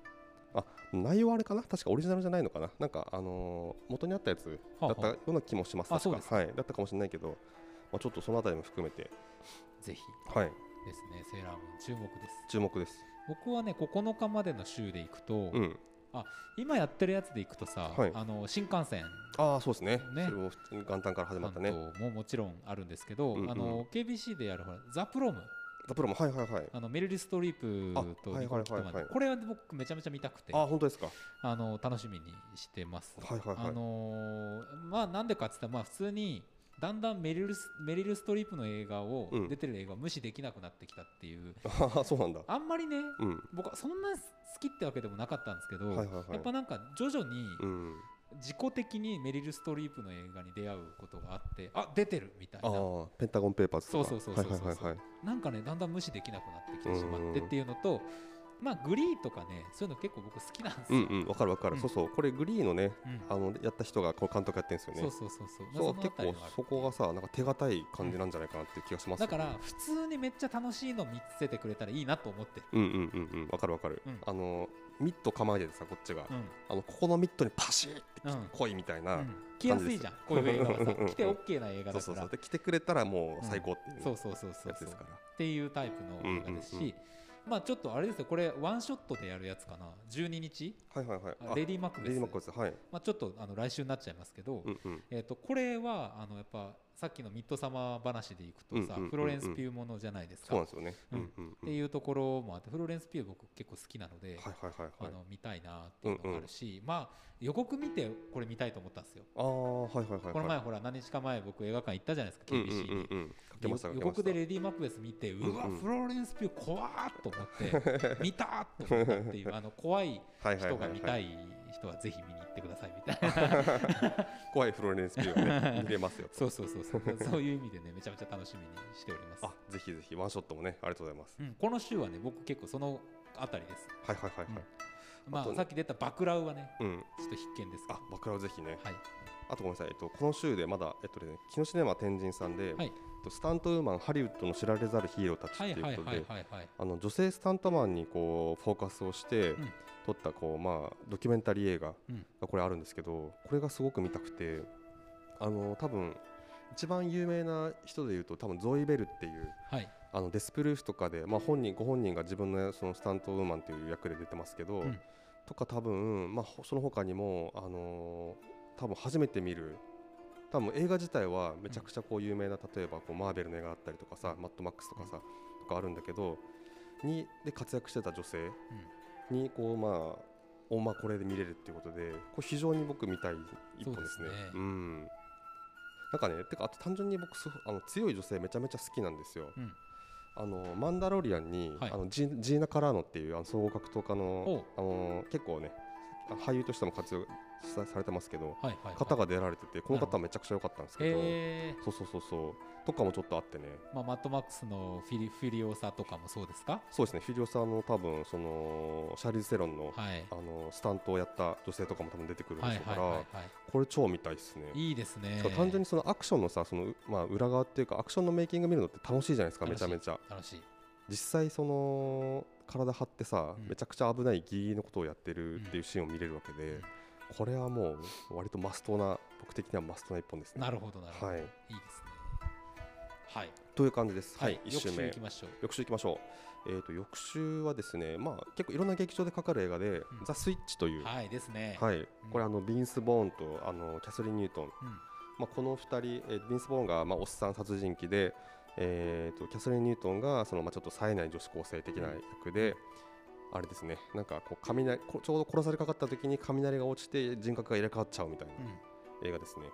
[SPEAKER 2] あ内容はあれかな確かオリジナルじゃないのかななんかあのー元にあったやつ
[SPEAKER 1] はあ
[SPEAKER 2] だ
[SPEAKER 1] はあ
[SPEAKER 2] ったような気もします
[SPEAKER 1] あ
[SPEAKER 2] 確
[SPEAKER 1] そ
[SPEAKER 2] か
[SPEAKER 1] うです
[SPEAKER 2] はいだったかもしれないけど、まあ、ちょっとそのあたりも含めて
[SPEAKER 1] ぜひ
[SPEAKER 2] はい
[SPEAKER 1] ですねセーラームーン注目です
[SPEAKER 2] 注目です
[SPEAKER 1] 僕はね9日までの週で行くと、
[SPEAKER 2] うん
[SPEAKER 1] 今やってるやつで行くとさ、
[SPEAKER 2] はい
[SPEAKER 1] あの新幹線
[SPEAKER 2] ああそうですね
[SPEAKER 1] ね
[SPEAKER 2] それも普通に元旦から始ま
[SPEAKER 1] 関
[SPEAKER 2] ったね
[SPEAKER 1] 東ももちろんあるんですけど、
[SPEAKER 2] うんうん
[SPEAKER 1] あの KBC でやるほらザ・プロム
[SPEAKER 2] ザプロもはいはいはい
[SPEAKER 1] あのメリル・ストリープと
[SPEAKER 2] あ
[SPEAKER 1] ニコル・キッドマン
[SPEAKER 2] はいはいはいはい
[SPEAKER 1] これは僕めちゃめちゃ見たくて
[SPEAKER 2] あ
[SPEAKER 1] あ
[SPEAKER 2] あ本当ですか
[SPEAKER 1] の楽しみにしてます、
[SPEAKER 2] はいはいはい
[SPEAKER 1] あのーまあなんでかって言ったらまあ普通にだんだんメリルスメリル・ストリープの映画を、
[SPEAKER 2] うん
[SPEAKER 1] 出てる映画を無視できなくなってきたっていう
[SPEAKER 2] [laughs] ああそうなんだ
[SPEAKER 1] あんまりね
[SPEAKER 2] うん
[SPEAKER 1] 僕はそんな好きってわけでもなかったんですけど、
[SPEAKER 2] はいはいはい
[SPEAKER 1] やっぱなんか徐々に、
[SPEAKER 2] うん
[SPEAKER 1] 自己的にメリル・ストリープの映画に出会うことがあってあ出てるみたい
[SPEAKER 2] あ
[SPEAKER 1] な
[SPEAKER 2] あペンタゴンペーパーズとか
[SPEAKER 1] そうそうそうそうそう
[SPEAKER 2] はいはいはいはい
[SPEAKER 1] なんかねだんだん無視できなくなってきてしまってっていうのとまあグリーとかねそういうの結構僕好きなんです
[SPEAKER 2] う
[SPEAKER 1] よ、
[SPEAKER 2] んうんわかるわかる、
[SPEAKER 1] うん
[SPEAKER 2] そうそうこれグリーのね
[SPEAKER 1] うん
[SPEAKER 2] あのやった人がこう監督やってるんですよね
[SPEAKER 1] そうそうそうそう,、
[SPEAKER 2] そう
[SPEAKER 1] まあ
[SPEAKER 2] 結構そこ
[SPEAKER 1] その辺りもある
[SPEAKER 2] がさなんか手堅い感じなんじゃないかなっていう気がします
[SPEAKER 1] だ
[SPEAKER 2] よね、
[SPEAKER 1] から普通にめっちゃ楽しいの見せてくれたらいいなと思ってる
[SPEAKER 2] うんうんうんうんわかるわかる、
[SPEAKER 1] うん
[SPEAKER 2] あのミット構えててさこっちが、
[SPEAKER 1] うん
[SPEAKER 2] あのここのミットにパシッて
[SPEAKER 1] うん
[SPEAKER 2] 来いみたいな、
[SPEAKER 1] うん来やすいじゃんこういう映画はさ
[SPEAKER 2] うん
[SPEAKER 1] 来て OK な映画
[SPEAKER 2] そ
[SPEAKER 1] だ
[SPEAKER 2] う
[SPEAKER 1] か
[SPEAKER 2] そう
[SPEAKER 1] ら
[SPEAKER 2] そうで来てくれたらもう最高っていう
[SPEAKER 1] そうそうそうそ
[SPEAKER 2] や
[SPEAKER 1] う
[SPEAKER 2] つ
[SPEAKER 1] そ
[SPEAKER 2] で
[SPEAKER 1] う
[SPEAKER 2] すから、
[SPEAKER 1] っていうタイプの映画ですし、
[SPEAKER 2] うんうんうん
[SPEAKER 1] まあちょっとあれですよこれワンショットでやるやつかな12日
[SPEAKER 2] はいはいはい
[SPEAKER 1] あレディー・マク
[SPEAKER 2] あ
[SPEAKER 1] ベ
[SPEAKER 2] レ
[SPEAKER 1] ス
[SPEAKER 2] ディーマックですはい、
[SPEAKER 1] まあ、ちょっとあの来週になっちゃいますけど、
[SPEAKER 2] うんうん、
[SPEAKER 1] えー、とこれはあのやっぱさっきのミッドサマー話でいくとさ、
[SPEAKER 2] うんうんうんうん
[SPEAKER 1] フロレンス・ピューものじゃないですか
[SPEAKER 2] そうなんですよね、
[SPEAKER 1] うん
[SPEAKER 2] うんうん
[SPEAKER 1] っていうところもあってフロレンス・ピュー僕結構好きなので、
[SPEAKER 2] はいはいはい
[SPEAKER 1] あ
[SPEAKER 2] はい
[SPEAKER 1] の見たいなっていうのがあるし、まあ予告見てこれ見たいと思ったんですよ。
[SPEAKER 2] ああはいはいはいはい
[SPEAKER 1] この前ほら何日か前僕映画館行ったじゃないですか
[SPEAKER 2] うん
[SPEAKER 1] KBC
[SPEAKER 2] うん
[SPEAKER 1] に。
[SPEAKER 2] うんうんかけ
[SPEAKER 1] で
[SPEAKER 2] ましたか
[SPEAKER 1] 予
[SPEAKER 2] けました
[SPEAKER 1] 告でレディー・マクベス見て、うわ、
[SPEAKER 2] うんうん
[SPEAKER 1] フローレンス・ピュー怖ーっと思って、見たーっと思ったっていう、あの怖い
[SPEAKER 2] はいはい
[SPEAKER 1] 人
[SPEAKER 2] は
[SPEAKER 1] が
[SPEAKER 2] い
[SPEAKER 1] 見
[SPEAKER 2] は
[SPEAKER 1] た
[SPEAKER 2] い
[SPEAKER 1] い人はぜひ見に行ってくださいみたいな、
[SPEAKER 2] 怖いフローレンスピュ
[SPEAKER 1] [laughs]
[SPEAKER 2] ーをね見れますよ
[SPEAKER 1] そうそうそうそう、 [laughs] そういう意味でね、めちゃめちゃ楽しみにしております
[SPEAKER 2] あ。ぜひぜひワンショットもねありがとうございます
[SPEAKER 1] うん、この週はね、僕、結構そのあたりです。
[SPEAKER 2] はいはいはいはい
[SPEAKER 1] ま
[SPEAKER 2] あ
[SPEAKER 1] あ、
[SPEAKER 2] と
[SPEAKER 1] さっき出たバクラウはね、
[SPEAKER 2] うん
[SPEAKER 1] ちょっと必見ですけど
[SPEAKER 2] あバクラをぜひね
[SPEAKER 1] はい、
[SPEAKER 2] あとごめんなさいえっとこの週でまだえっとね木シネマ天神さんで
[SPEAKER 1] はい
[SPEAKER 2] えっとスタントウーマンハリウッドの知られざるヒーローたちっ
[SPEAKER 1] は
[SPEAKER 2] て
[SPEAKER 1] い
[SPEAKER 2] い
[SPEAKER 1] はいう
[SPEAKER 2] こと
[SPEAKER 1] はい
[SPEAKER 2] で
[SPEAKER 1] はいはい。
[SPEAKER 2] あの女性スタントマンにこうフォーカスをして
[SPEAKER 1] うん
[SPEAKER 2] 撮ったこうまあドキュメンタリー映画
[SPEAKER 1] うん
[SPEAKER 2] がこれあるんですけどこれがすごく見たくてあの多分一番有名な人でいうと多分ゾイ・ベルっていう
[SPEAKER 1] はい、
[SPEAKER 2] あのデスプルーフとかで、まあ、本人ご本人が自分のそのスタントウーマンという役で出てますけど、
[SPEAKER 1] うん
[SPEAKER 2] とか多分、まあ、ほその他にも、あのー多分初めて見る多分映画自体はめちゃくちゃこう有名な、例えばこうマーベルの映画だったりとかさ、マッドマックスとかさ、とかあるんだけどにで活躍してた女性にこう、まあ、おまあこれで見れるっていうことでこれ非常に僕見たい一本です
[SPEAKER 1] そ
[SPEAKER 2] ね。
[SPEAKER 1] うですね
[SPEAKER 2] んなんかね、てかあと単純に僕すあの強い女性めちゃめちゃ好きなんですよ。
[SPEAKER 1] うん、
[SPEAKER 2] あのマンダロリアンに、
[SPEAKER 1] はい
[SPEAKER 2] あのジジーナ・カラーノっていうあの総合格闘家の
[SPEAKER 1] ほ
[SPEAKER 2] あの結構ねあ俳優としても活用さされてますけ
[SPEAKER 1] は
[SPEAKER 2] ど
[SPEAKER 1] いはいはい。
[SPEAKER 2] 方が出られててこの方はめちゃくちゃ良かったんですけど、
[SPEAKER 1] えー
[SPEAKER 2] そうそうそうそうとかもちょっとあってね
[SPEAKER 1] まあ、マットマックスのフィリフィリオサとかもそうですか
[SPEAKER 2] そうですねフィリオさんの多分そのシャーリーズ・セロンの,、
[SPEAKER 1] はい。
[SPEAKER 2] あのスタントをやった女性とかも多分出てくるんで
[SPEAKER 1] はい
[SPEAKER 2] しょうか
[SPEAKER 1] はい
[SPEAKER 2] ら、
[SPEAKER 1] はいは
[SPEAKER 2] これ超見たいですね。
[SPEAKER 1] い。いいですね
[SPEAKER 2] しか。も単純にそのアクションのさその、うまあ、裏側っていうかアクションのメイキング見るのって楽しいじゃないですかめ
[SPEAKER 1] 楽し
[SPEAKER 2] ち
[SPEAKER 1] い
[SPEAKER 2] ゃめちゃ
[SPEAKER 1] 楽しい。
[SPEAKER 2] 実際その体張ってさ、
[SPEAKER 1] うん
[SPEAKER 2] めちゃくちゃ危ないギリギリのことをやってるっていううシーンを見れるわけ
[SPEAKER 1] う
[SPEAKER 2] で、
[SPEAKER 1] ん
[SPEAKER 2] これはもう割とマストな僕的にはマストな一本ですね。
[SPEAKER 1] なるほどなるほど。
[SPEAKER 2] はい
[SPEAKER 1] い、いですね。はい。
[SPEAKER 2] という感じです。
[SPEAKER 1] は
[SPEAKER 2] はいい、。一週
[SPEAKER 1] 翌週
[SPEAKER 2] 目
[SPEAKER 1] 行きましょう。
[SPEAKER 2] 翌週いきましょう。えー、と翌週はですね、まあ、結構いろんな劇場でかかる映画で、
[SPEAKER 1] ん
[SPEAKER 2] ザ・スイッチという、は
[SPEAKER 1] はいですね。
[SPEAKER 2] いこれあのビーンス・ボーンとあのキャスリン・ニュートン、
[SPEAKER 1] うん
[SPEAKER 2] まあ、この2人、えービーンス・ボーンが、まあ、おっさん殺人鬼で、えー、とキャスリン・ニュートンがその、まあ、ちょっと冴えない女子高生的な役で、あれですねなんかこう雷こちょうど殺されかかった時に雷が落ちて人格が入れ替わっちゃうみたいな
[SPEAKER 1] うん
[SPEAKER 2] 映画ですね、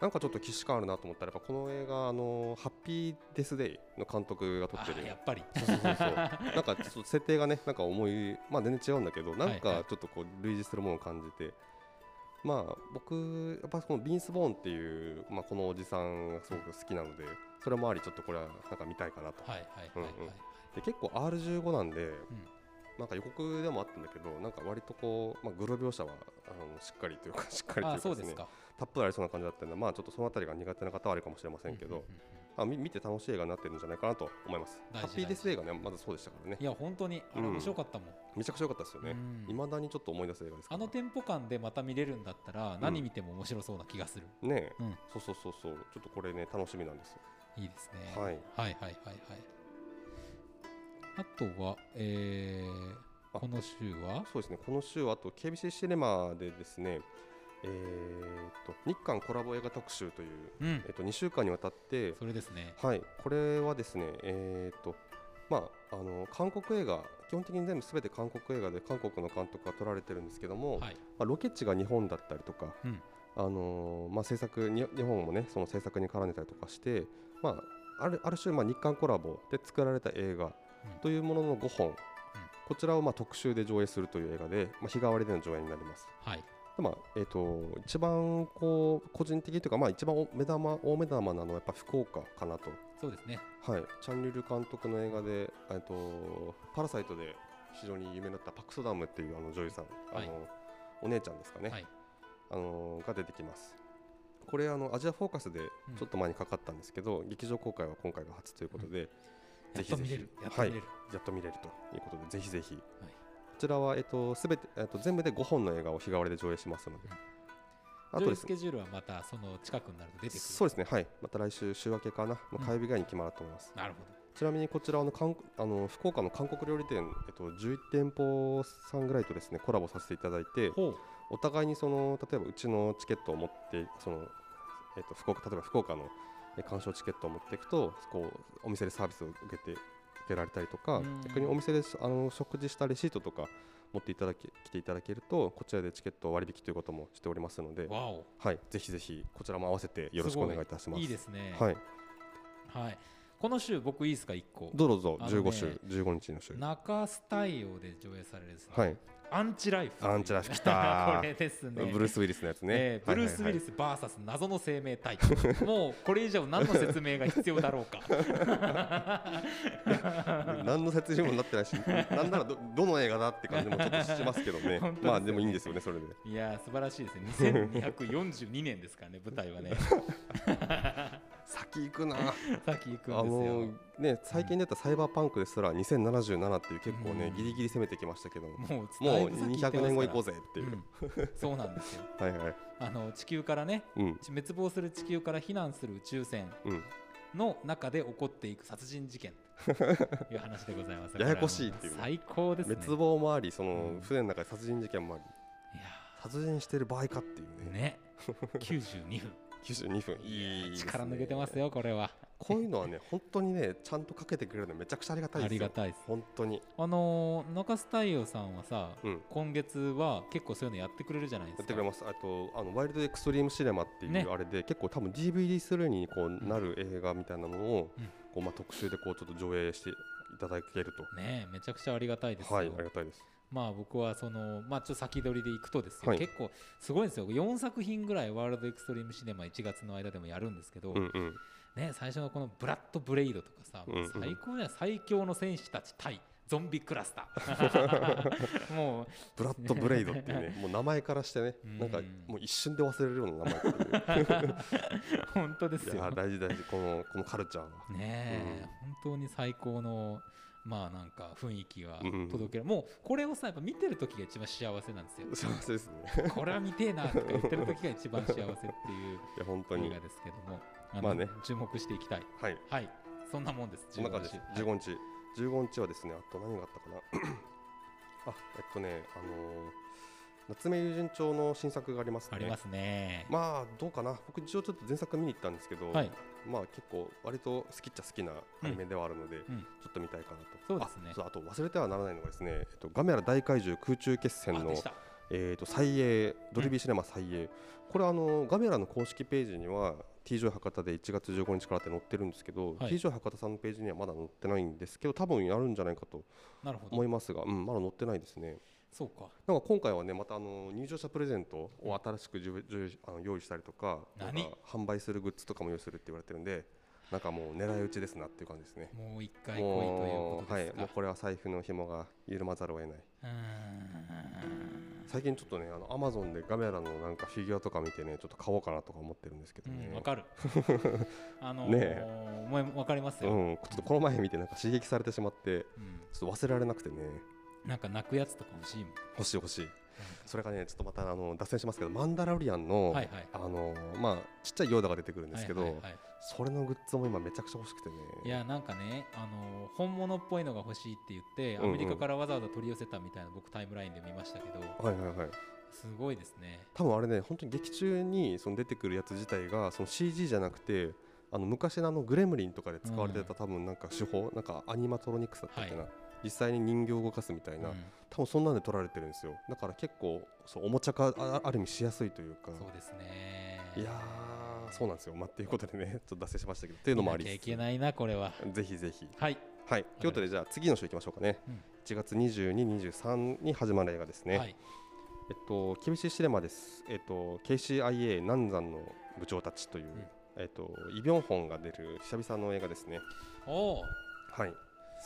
[SPEAKER 2] なんかちょっと既視感あるなと思ったらやっぱこの映画あのハッピーデスデイの監督が撮って
[SPEAKER 1] あ
[SPEAKER 2] る
[SPEAKER 1] やっぱり。
[SPEAKER 2] そうそうそうそうなんかちょっと設定がねなんか重いまあ全然違うんだけどな
[SPEAKER 1] は
[SPEAKER 2] ん
[SPEAKER 1] いは
[SPEAKER 2] か
[SPEAKER 1] い
[SPEAKER 2] ちょっとこう類似するものを感じてまあ僕やっぱこのビーンス・ボーンっていうまあこのおじさんがすごく好きなのでそれもありちょっとこれはなんか見たいかなと
[SPEAKER 1] はいはいはいはい
[SPEAKER 2] うんうんで結構 R15 なんで、
[SPEAKER 1] ん
[SPEAKER 2] なんか予告でもあったんだけどなんか割とこうまあグロ描写はあのしっかり
[SPEAKER 1] [laughs]
[SPEAKER 2] というかしっかり
[SPEAKER 1] はい。
[SPEAKER 2] と
[SPEAKER 1] あ
[SPEAKER 2] い
[SPEAKER 1] そ
[SPEAKER 2] うか
[SPEAKER 1] う
[SPEAKER 2] で
[SPEAKER 1] ですす
[SPEAKER 2] ね
[SPEAKER 1] か。
[SPEAKER 2] たっぷりありそうな感じだったんでまあちょっとそのあたりが苦手な方はあるかもしれませんけど、
[SPEAKER 1] うんうんうん
[SPEAKER 2] あみ見て楽しい映画になってるんじゃないかなと思います。
[SPEAKER 1] 大事
[SPEAKER 2] ハッピーデスデーがね、まずそうでしたからね
[SPEAKER 1] い。や本当にあれ
[SPEAKER 2] うん
[SPEAKER 1] 面白かったもん。
[SPEAKER 2] めちゃくちゃ良かったですよね。
[SPEAKER 1] うん
[SPEAKER 2] いまだにちょっと思い出す映画ですか
[SPEAKER 1] あ
[SPEAKER 2] ら。
[SPEAKER 1] のテンポ感でまた見れるんだったら何見ても面白そうな気がする。
[SPEAKER 2] ねえ、
[SPEAKER 1] うん
[SPEAKER 2] そうそうそうそう、ちょっとこれね、楽しみなんですよ。
[SPEAKER 1] いいですね。
[SPEAKER 2] はい
[SPEAKER 1] はいはいはいはい。あとは、えー、
[SPEAKER 2] あ
[SPEAKER 1] この週は
[SPEAKER 2] そうですね、この週、あと KBC シネマでですね、えーっと、日韓コラボ映画特集という、
[SPEAKER 1] うん
[SPEAKER 2] えっと、2週間にわたって、
[SPEAKER 1] それですね。
[SPEAKER 2] はい、これはですね、えーっと、まあ、あの韓国映画、基本的に全部すべて韓国映画で韓国の監督が撮られてるんですけども、
[SPEAKER 1] はい。
[SPEAKER 2] まあ、ロケ地が日本だったりとか、
[SPEAKER 1] うん
[SPEAKER 2] あのーまあ、制作に日本もねその制作に絡んでたりとかして、まあ、あるある種まあ日韓コラボで作られた映画というものの5本、こちらをまあ特集で上映するという映画で、まあ、日替わりでの上映になります。
[SPEAKER 1] はい。
[SPEAKER 2] でまあえー、と一番こう個人的というか、まあ、一番お目玉大目玉なのはやっぱ福岡かなと、
[SPEAKER 1] そうですね。
[SPEAKER 2] はい、チャン・リュル監督の映画で「えー、とパラサイト」で非常に有名になったパク・ソダムっていうあの女優さん、
[SPEAKER 1] はい
[SPEAKER 2] あのお姉ちゃんですかね、
[SPEAKER 1] はい。
[SPEAKER 2] あのーが出てきます。これあのアジアフォーカスで
[SPEAKER 1] うん
[SPEAKER 2] ちょっと前にかかったんですけど、劇場公開は今回が初ということで、
[SPEAKER 1] やっと見れる。やっと
[SPEAKER 2] は
[SPEAKER 1] 見
[SPEAKER 2] い
[SPEAKER 1] れる。
[SPEAKER 2] やっと見れるということでぜひぜひ、ちらは、えっと、すべて、えっと、全部で5本の映画を日替わりで上映しますので。あ
[SPEAKER 1] 上
[SPEAKER 2] と
[SPEAKER 1] 映
[SPEAKER 2] です
[SPEAKER 1] ス
[SPEAKER 2] ね。
[SPEAKER 1] ケジュールはまたその近くになると出てくる
[SPEAKER 2] そうですね。はい。また来週週明けかな。ま
[SPEAKER 1] うん
[SPEAKER 2] あ、火曜日ぐらいに決まると思います。
[SPEAKER 1] なるほど
[SPEAKER 2] ちなみにこちらあの韓あの福岡の韓国料理店、えっと、11店舗さんぐらいとですねコラボさせていただいて
[SPEAKER 1] ほう
[SPEAKER 2] お互いにその例えばうちのチケットを持ってその、えっと、福岡例えば福岡のえ鑑賞チケットを持っていくとこうお店でサービスを受けて受けられたりと
[SPEAKER 1] う
[SPEAKER 2] か
[SPEAKER 1] ん
[SPEAKER 2] 逆にお店であの食事したレシートとか持っていただけ来ていただけるとこちらでチケット割引ということもしておりますので、
[SPEAKER 1] わお
[SPEAKER 2] はい、ぜひぜひこちらも合わせてよろしくお願いいたします。
[SPEAKER 1] いいですね
[SPEAKER 2] はい、
[SPEAKER 1] はいこの週僕いいですか1個
[SPEAKER 2] どうぞ
[SPEAKER 1] あのね
[SPEAKER 2] 15週、15日の週。
[SPEAKER 1] 中スタイオで上映されるですね
[SPEAKER 2] はい、
[SPEAKER 1] アンチライフという
[SPEAKER 2] アンチライフ来た
[SPEAKER 1] [laughs] これですね
[SPEAKER 2] ブルース・ウィリスのやつね。
[SPEAKER 1] えーブルース・ウィリ
[SPEAKER 2] ス。
[SPEAKER 1] ス VS 謎の生命
[SPEAKER 2] [laughs]
[SPEAKER 1] 体もうこれ以上何の説明が必要だろうか [laughs]
[SPEAKER 2] 何の説明にもなってないし、 [laughs] なんならどどの映画だって感じもちょっとしますけどね
[SPEAKER 1] [laughs] 本当ですよ。ね
[SPEAKER 2] まあでもいいんですよね、それで。
[SPEAKER 1] いやー素晴らしいですね2242年ですからね舞台は
[SPEAKER 2] [laughs]
[SPEAKER 1] ね
[SPEAKER 2] 先行くな。あ
[SPEAKER 1] 先行くんですよ
[SPEAKER 2] のね、最近出たサイバーパンクですら2077っていう結構ね、
[SPEAKER 1] うん
[SPEAKER 2] ギリギリ攻めてきましたけども、
[SPEAKER 1] もう
[SPEAKER 2] もう200年後行こう
[SPEAKER 1] ぜ
[SPEAKER 2] ぜっていう。
[SPEAKER 1] そうなんですよ
[SPEAKER 2] はいはい。
[SPEAKER 1] あの地球からね
[SPEAKER 2] うん。
[SPEAKER 1] 滅亡する地球から避難する宇宙船
[SPEAKER 2] うん、
[SPEAKER 1] の中で起こっていく殺人事件という話でございます
[SPEAKER 2] [laughs] ややこしいってい
[SPEAKER 1] これは
[SPEAKER 2] う
[SPEAKER 1] も最高ですね
[SPEAKER 2] 滅亡もあり、その
[SPEAKER 1] うん
[SPEAKER 2] 船の中で殺人事件もあり、
[SPEAKER 1] いや
[SPEAKER 2] 殺人してる場合かっていう
[SPEAKER 1] ー
[SPEAKER 2] ね、 [laughs]
[SPEAKER 1] ね92分
[SPEAKER 2] 92分、いいですね
[SPEAKER 1] 力抜けてます。よこれは
[SPEAKER 2] こういうのはね、本当にね、ちゃんとかけてくれるのめちゃくちゃありがたい
[SPEAKER 1] あ
[SPEAKER 2] です
[SPEAKER 1] り
[SPEAKER 2] よ。
[SPEAKER 1] がたいです
[SPEAKER 2] 本当に。
[SPEAKER 1] あのー中須太陽さんはさ、
[SPEAKER 2] うん
[SPEAKER 1] 今月は結構そういうのやってくれるじゃないです
[SPEAKER 2] や
[SPEAKER 1] か
[SPEAKER 2] ってくれます。あと、あのワイルドエクストリームシネマってい
[SPEAKER 1] ね
[SPEAKER 2] うあれで、結構多分 DVD スルーにこうなる映画みたいなものを、
[SPEAKER 1] うん
[SPEAKER 2] こうまあ特集でこうちょっと上映していただける
[SPEAKER 1] ねえめちゃくちゃありがたいです
[SPEAKER 2] と、
[SPEAKER 1] よ、
[SPEAKER 2] はい、ありがたいです。
[SPEAKER 1] まあ僕はそのまあちょっと先取りでいくとですよ、
[SPEAKER 2] はい
[SPEAKER 1] 結構すごいんですよ4作品ぐらいワールドエクストリームシネマ1月の間でもやるんですけど、
[SPEAKER 2] うんうん。
[SPEAKER 1] ね、最初のこのブラッド・ブレイドとかさ、もう
[SPEAKER 2] うんうん
[SPEAKER 1] 最高じゃない最強の戦士たち対ゾンビクラスタ
[SPEAKER 2] [laughs]
[SPEAKER 1] ー [laughs] もう
[SPEAKER 2] ブラッドブレイドっていうね、もう名前からしてね
[SPEAKER 1] [laughs] うん、
[SPEAKER 2] なんかもう一瞬で忘れるような名
[SPEAKER 1] [laughs]
[SPEAKER 2] 前っていう。
[SPEAKER 1] 本当です
[SPEAKER 2] いや
[SPEAKER 1] よ
[SPEAKER 2] ー、大事大事、この、このカルチャーは。
[SPEAKER 1] ねえ、本当に最高のまあなんか雰囲気が届ける、もうこれをさやっぱ見てる時が一番幸せなん
[SPEAKER 2] [laughs]
[SPEAKER 1] ですよ
[SPEAKER 2] 幸せですね。
[SPEAKER 1] これは見てえなとか言ってる時が一番幸せっていう
[SPEAKER 2] いや、本当に
[SPEAKER 1] 映画。ですけどもあの
[SPEAKER 2] まあね
[SPEAKER 1] 注目していきたい
[SPEAKER 2] はい。
[SPEAKER 1] はいそんなもんです
[SPEAKER 2] そんな感じです。15日、15日はですね、あと何があったか [clears throat] な。あ、えっとね、あのー夏目友人帳の新作がありますね。
[SPEAKER 1] ありますね、
[SPEAKER 2] まあどうかな僕一応ちょっと前作見に行ったんですけど、
[SPEAKER 1] はい
[SPEAKER 2] まあ結構割と好きっちゃ好きなアニメではあるので、
[SPEAKER 1] うん
[SPEAKER 2] ちょっと見たいかなと
[SPEAKER 1] そうですね
[SPEAKER 2] あそうあと忘れてはならないのがですね、えっと、ガメラ大怪獣空中決戦
[SPEAKER 1] あ
[SPEAKER 2] の
[SPEAKER 1] でした
[SPEAKER 2] えー、と再映ドルビーシネマ再映、これあのガメラの公式ページには t j 博多で1月15日からって載ってるんですけど、
[SPEAKER 1] はい
[SPEAKER 2] t j 博多さんのページにはまだ載ってないんですけど多分やるんじゃないかと
[SPEAKER 1] なるほど
[SPEAKER 2] 思いますが、うん、まだ載ってないですね
[SPEAKER 1] そうか
[SPEAKER 2] なんか今回はねまたあの入場者プレゼントを新しくじゅじゅあの用意したりとかなん
[SPEAKER 1] 何
[SPEAKER 2] か販売するグッズとかも用意するって言われてるんでなんかもう狙い撃ちですなっていう感じですね。
[SPEAKER 1] もう一回来いという
[SPEAKER 2] も
[SPEAKER 1] こ
[SPEAKER 2] う
[SPEAKER 1] と
[SPEAKER 2] は
[SPEAKER 1] で
[SPEAKER 2] い
[SPEAKER 1] す、か。
[SPEAKER 2] もうこれは財布の紐が緩まざるを得ない最近ちょっとねあのアマゾンでガメラのなんかフィギュアとか見てねちょっと買おうかなとか思ってるんですけ
[SPEAKER 1] う
[SPEAKER 2] ど
[SPEAKER 1] ーん
[SPEAKER 2] ね、
[SPEAKER 1] うん、わか
[SPEAKER 2] [laughs]
[SPEAKER 1] る。あのー、
[SPEAKER 2] ね
[SPEAKER 1] もうわかります
[SPEAKER 2] う
[SPEAKER 1] よ、
[SPEAKER 2] んちょっとこの前見てなんか刺激されてしまって
[SPEAKER 1] うん
[SPEAKER 2] ちょっと忘れられなくてね
[SPEAKER 1] なんか泣くやつとか欲しいもん。
[SPEAKER 2] 欲しい欲しいそれがねちょっとまたあの脱線しますけどマンダラリアンの、
[SPEAKER 1] はいはい
[SPEAKER 2] あのまあちっちゃいヨーダが出てくるんですけど、
[SPEAKER 1] はいはいはい
[SPEAKER 2] それのグッズも今めちゃくちゃ欲しくてね
[SPEAKER 1] いやなんかね、あのー本物っぽいのが欲しいって言って
[SPEAKER 2] う
[SPEAKER 1] ア
[SPEAKER 2] んうん
[SPEAKER 1] メリカからわざわざ取り寄せたみたいな僕タイムラインで見ましたけど
[SPEAKER 2] はいはいはい
[SPEAKER 1] すごいですね
[SPEAKER 2] 多分あれね本当に劇中にその出てくるやつ自体がその CG じゃなくてあの昔のあのグレムリンとかで使われてた多分なんか手法、なんかアニマトロニクスだったっけな、
[SPEAKER 1] は
[SPEAKER 2] 実際に人形を動かすみたいな、
[SPEAKER 1] うん
[SPEAKER 2] 多分そんなんで撮られてるんですよだから結構そうおもちゃ化あある意味しやすいというか
[SPEAKER 1] そうですね
[SPEAKER 2] いやーそうなんですよまあっていうことでね [laughs] ちょっと脱線しましたけどっていうのもあり
[SPEAKER 1] 見なきゃい
[SPEAKER 2] つ
[SPEAKER 1] け
[SPEAKER 2] つ
[SPEAKER 1] ないなこれは
[SPEAKER 2] ぜひぜひ
[SPEAKER 1] はい
[SPEAKER 2] はいということでじゃあ次の週いきましょうかね、
[SPEAKER 1] うん
[SPEAKER 2] 1月2223に始まる映画ですね、
[SPEAKER 1] はい
[SPEAKER 2] えっと、厳しいシネマです、えっと、KCIA 南山の部長たちという、
[SPEAKER 1] ん
[SPEAKER 2] えっと、イ・ビョンホンが出る久々の映画ですね。
[SPEAKER 1] おお
[SPEAKER 2] はい、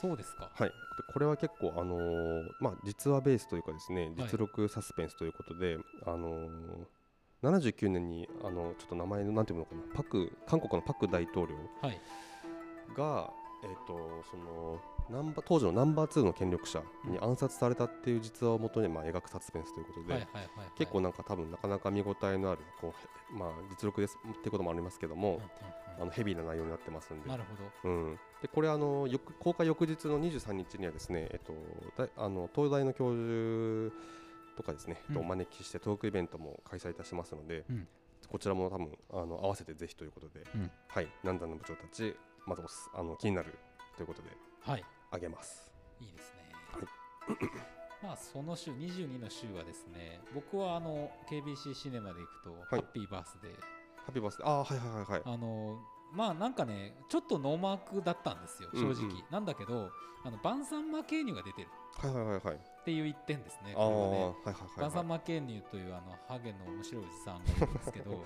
[SPEAKER 1] そうですか
[SPEAKER 2] はい、でこれは結構、あのーまあ、実話ベースというかですね実録サスペンスということで、あのー、79年にあのちょっと名前のなんていうのかなパク韓国のパク大統領
[SPEAKER 1] はい
[SPEAKER 2] が、えっとそのナンバ当時のナンバー2の権力者に暗殺されたっていう実話をもとにまあ描くサスペンスということで、
[SPEAKER 1] はいはいはいはい
[SPEAKER 2] 結構なんか多分なかなか見応えのあるこう、へまあ、実力ですっていうこともありますけど
[SPEAKER 1] うん
[SPEAKER 2] も
[SPEAKER 1] うん、
[SPEAKER 2] あのヘビーな内容になってますん
[SPEAKER 1] うん
[SPEAKER 2] で
[SPEAKER 1] なるほど
[SPEAKER 2] うん、でこれあのよく公開翌日の23日にはですね、えっと、だいあの東大の教授とかですね、
[SPEAKER 1] うん
[SPEAKER 2] とお招きしてトークイベントも開催いたしますので、
[SPEAKER 1] うん
[SPEAKER 2] こちらも多分あの合わせてぜひということで、
[SPEAKER 1] うん
[SPEAKER 2] はい南山の部長たちまずおすあの気になるということで
[SPEAKER 1] はい
[SPEAKER 2] あげます。
[SPEAKER 1] いいですね。まあその週22の週はですね、僕はあの KBC シネマで行くと、ハッピーバースデー。
[SPEAKER 2] ハッピーバースデーあーはいはいはいはい
[SPEAKER 1] あのまあなんかね、ちょっとノーマークだったんですよ、正直。
[SPEAKER 2] うんうん
[SPEAKER 1] なんだけど、あのバンサンマケーニュが出てる
[SPEAKER 2] はいはいはいはい
[SPEAKER 1] っていう一点ですね。
[SPEAKER 2] あー
[SPEAKER 1] これはね
[SPEAKER 2] はいはい
[SPEAKER 1] バンサ
[SPEAKER 2] はい
[SPEAKER 1] ン
[SPEAKER 2] は
[SPEAKER 1] マケーニュというあのハゲの面白いおじさんがいるんですけ
[SPEAKER 2] [laughs]
[SPEAKER 1] ど、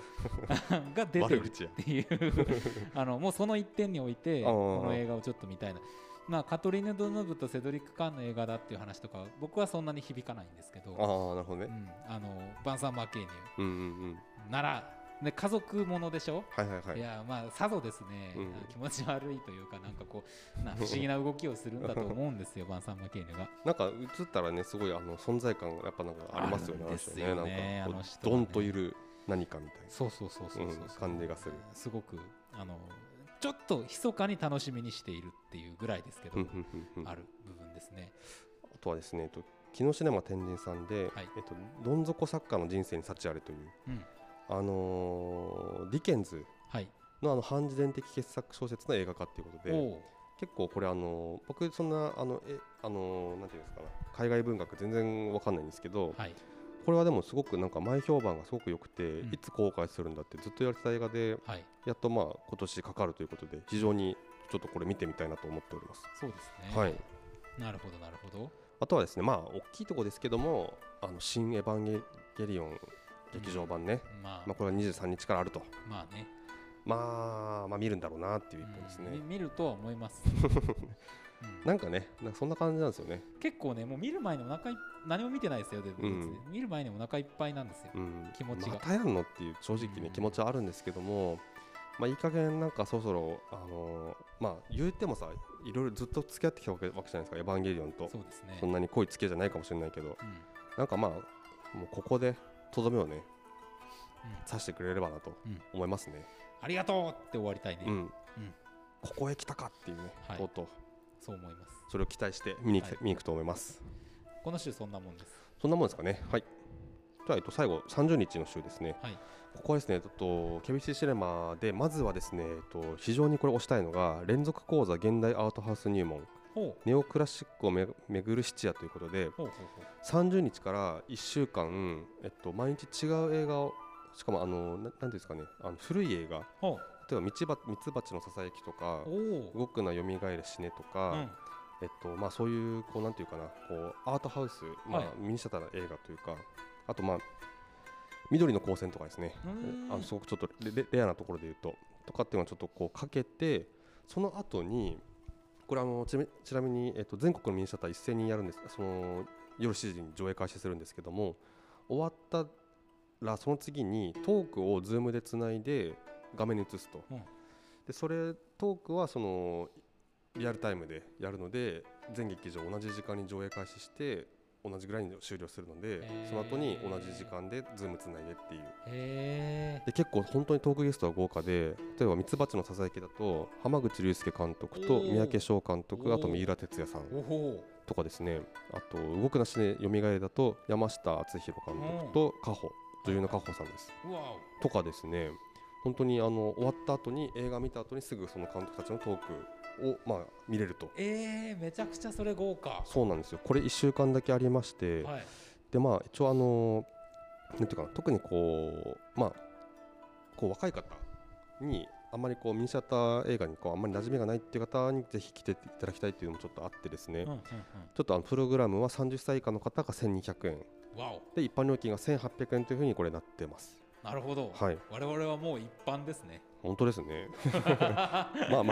[SPEAKER 1] が
[SPEAKER 2] い
[SPEAKER 1] 出て
[SPEAKER 2] 悪
[SPEAKER 1] る
[SPEAKER 2] 口や [laughs]
[SPEAKER 1] っていうあのもうその一点において
[SPEAKER 2] ああ
[SPEAKER 1] この映画をちょっと見たいな、まあ、カトリーヌ・ドヌーブとセドリック・カーンの映画だっていう話とか僕はそんなに響かないんですけど、
[SPEAKER 2] ああなるほど
[SPEAKER 1] う
[SPEAKER 2] ね
[SPEAKER 1] ん、あのバンサン・マーケーニ
[SPEAKER 2] うんうんうん
[SPEAKER 1] ュなら、ね、家族ものでしょ、
[SPEAKER 2] はいはいはい
[SPEAKER 1] い、やまあさぞですね、
[SPEAKER 2] うん
[SPEAKER 1] 気持ち悪いというかなんかこ
[SPEAKER 2] [laughs]
[SPEAKER 1] うな不思議な動きをするんだと思うんですよ [laughs] バンサン・マーケーニュが。
[SPEAKER 2] なんか映ったらねすごいあの存在感がやっぱなんかありますよね
[SPEAKER 1] あるんですよね
[SPEAKER 2] あ
[SPEAKER 1] あの
[SPEAKER 2] の人ねなんかこう
[SPEAKER 1] 人は
[SPEAKER 2] ド
[SPEAKER 1] ね
[SPEAKER 2] ンといる何かみたいな
[SPEAKER 1] そうそうそうそうそうそう、
[SPEAKER 2] うん感じがする
[SPEAKER 1] すごくあのちょっと密かに楽しみにしているっていうぐらいですけど、
[SPEAKER 2] うんうんうんうん
[SPEAKER 1] あ
[SPEAKER 2] あ
[SPEAKER 1] る部分ですね。
[SPEAKER 2] とはですね、えっと、木のシネマ天神さんで、
[SPEAKER 1] はい
[SPEAKER 2] えっと、どん底作家の人生に幸あれという、
[SPEAKER 1] うん
[SPEAKER 2] あのーディケンズ
[SPEAKER 1] はい、
[SPEAKER 2] のあの半自伝的傑作小説の映画化っていうこと
[SPEAKER 1] お
[SPEAKER 2] で
[SPEAKER 1] う
[SPEAKER 2] 結構これあのー僕そんなあのえあのーなんていうんですかね海外文学全然わかんないんですけど、
[SPEAKER 1] はい、
[SPEAKER 2] これはでもすごくなんか前評判がすごく良くて、
[SPEAKER 1] ん
[SPEAKER 2] いつ公開するんだってずっと言われてた映画で
[SPEAKER 1] はい、
[SPEAKER 2] やっとまあ今年かかるということで非常にちょっとこれ見てみたいなと思っております。
[SPEAKER 1] そうですね。
[SPEAKER 2] はい、
[SPEAKER 1] なるほど、なるほど。
[SPEAKER 2] あとはですねまあ大きいとこですけども「あの新エヴァンゲリオン」劇場版ね、
[SPEAKER 1] まあ、
[SPEAKER 2] まあ、これは23日からあると、
[SPEAKER 1] まあね、
[SPEAKER 2] まあ、まあ見るんだろうなっていう一本です
[SPEAKER 1] うんみ
[SPEAKER 2] ね。
[SPEAKER 1] 見るとは思い
[SPEAKER 2] [laughs]
[SPEAKER 1] ます。うん
[SPEAKER 2] なんかねなんかそんな感じなんですよね。
[SPEAKER 1] 結構ね、もう見る前にお腹い何も見てないですよ、で
[SPEAKER 2] うん
[SPEAKER 1] 見る前にお腹いっぱいなんですよ。
[SPEAKER 2] うん、
[SPEAKER 1] 気持ちが
[SPEAKER 2] またやんのっていう正直
[SPEAKER 1] う
[SPEAKER 2] ね
[SPEAKER 1] ん
[SPEAKER 2] 気持ちはあるんですけども、まあ、いい加減なんかそろそろ、あのーまあ、言ってもさいろいろずっと付き合ってきたわけわけじゃないですか「エヴァンゲリオンと」
[SPEAKER 1] そうですね
[SPEAKER 2] そ。んなに濃い付き合いじゃないかもしれないけど
[SPEAKER 1] うんうん
[SPEAKER 2] なんかまあもうここでとどめをね刺してくれればなと
[SPEAKER 1] うん
[SPEAKER 2] 思いますね。
[SPEAKER 1] ありがとうって終わりたいね。
[SPEAKER 2] うん
[SPEAKER 1] ん
[SPEAKER 2] ここへ来たかっていうね、
[SPEAKER 1] はい
[SPEAKER 2] とうとう
[SPEAKER 1] そう思います。
[SPEAKER 2] それを期待して見に,、
[SPEAKER 1] はい
[SPEAKER 2] 見に行くと思います。
[SPEAKER 1] この週そんなもんです。
[SPEAKER 2] そんなもんですかね。はい。じゃあ、えっと、最後、30日の週ですね。
[SPEAKER 1] はい
[SPEAKER 2] ここはですね、えっと、ケビシシネマで、まずはですね、えっと、非常にこれ推したいのが、連続講座現代アートハウス入門、
[SPEAKER 1] ほう
[SPEAKER 2] ネオクラシックをめ巡る質屋ということで、
[SPEAKER 1] ほうほうほう。
[SPEAKER 2] 30日から1週間、えっと、毎日違う映画を、しかも、あの、ななんていうんですかね、あの古い映画、
[SPEAKER 1] ほう
[SPEAKER 2] 例えば、ミツバミツバチのささやきとか、
[SPEAKER 1] おお。
[SPEAKER 2] 動くな、よみがえる死ねと
[SPEAKER 1] う
[SPEAKER 2] か、
[SPEAKER 1] ん。
[SPEAKER 2] えっとまあ、そういうこうなんていうかなこうアートハウス、まあ
[SPEAKER 1] はい
[SPEAKER 2] ミニシアターな映画というかあと、まあ、緑の光線とかですね
[SPEAKER 1] うーん
[SPEAKER 2] あのすごくちょっとレレレアなところで言うととかっていうのはちょっとこうかけてその後にこれあのちなみちなみに、えっと、全国のミニシアター一斉にやるんですその夜7時に上映開始するんですけども終わったらその次にトークをズームでつないで画面に映すと、
[SPEAKER 1] うん
[SPEAKER 2] でそれトークはそのリアルタイムでやるので全劇場同じ時間に上映開始して同じぐらいに終了するので、
[SPEAKER 1] へー
[SPEAKER 2] その後に同じ時間でズームつないでっていう
[SPEAKER 1] へえ。
[SPEAKER 2] で結構本当にトークゲストは豪華で例えば「ミツバチのささやき」だと浜口竜介監督と
[SPEAKER 1] おー
[SPEAKER 2] 三宅翔監
[SPEAKER 1] お
[SPEAKER 2] 督
[SPEAKER 1] ー
[SPEAKER 2] あと三浦哲也さん
[SPEAKER 1] おほ
[SPEAKER 2] とかですねあと「動くなしでよみがえ」だと山下敦弘監督とカホ女優のカホさんです
[SPEAKER 1] う。うわお。
[SPEAKER 2] とかですね本当にあの終わった後に映画見た後にすぐその監督たちのトークをまあ見れると
[SPEAKER 1] えー、めちゃくちゃそれ豪華。
[SPEAKER 2] そうなんですよこれ1週間だけありまして、
[SPEAKER 1] はい。
[SPEAKER 2] でまあ一応あのなんていうかな特にこうまあこう若い方にあんまりこうミニシアター映画にこうあんまり馴染みがないっていう方にぜひ来ていただきたいっていうのもちょっとあってですね、
[SPEAKER 1] うん
[SPEAKER 2] ち
[SPEAKER 1] うんうん。
[SPEAKER 2] ょっとあのプログラムは30歳以下の方が1200円
[SPEAKER 1] わお。
[SPEAKER 2] で一般料金が1800円というふうにこれなってます
[SPEAKER 1] なるほど。
[SPEAKER 2] はい
[SPEAKER 1] 我々はもう一般ですね。
[SPEAKER 2] 本当で
[SPEAKER 1] [laughs]
[SPEAKER 2] すねまあまあ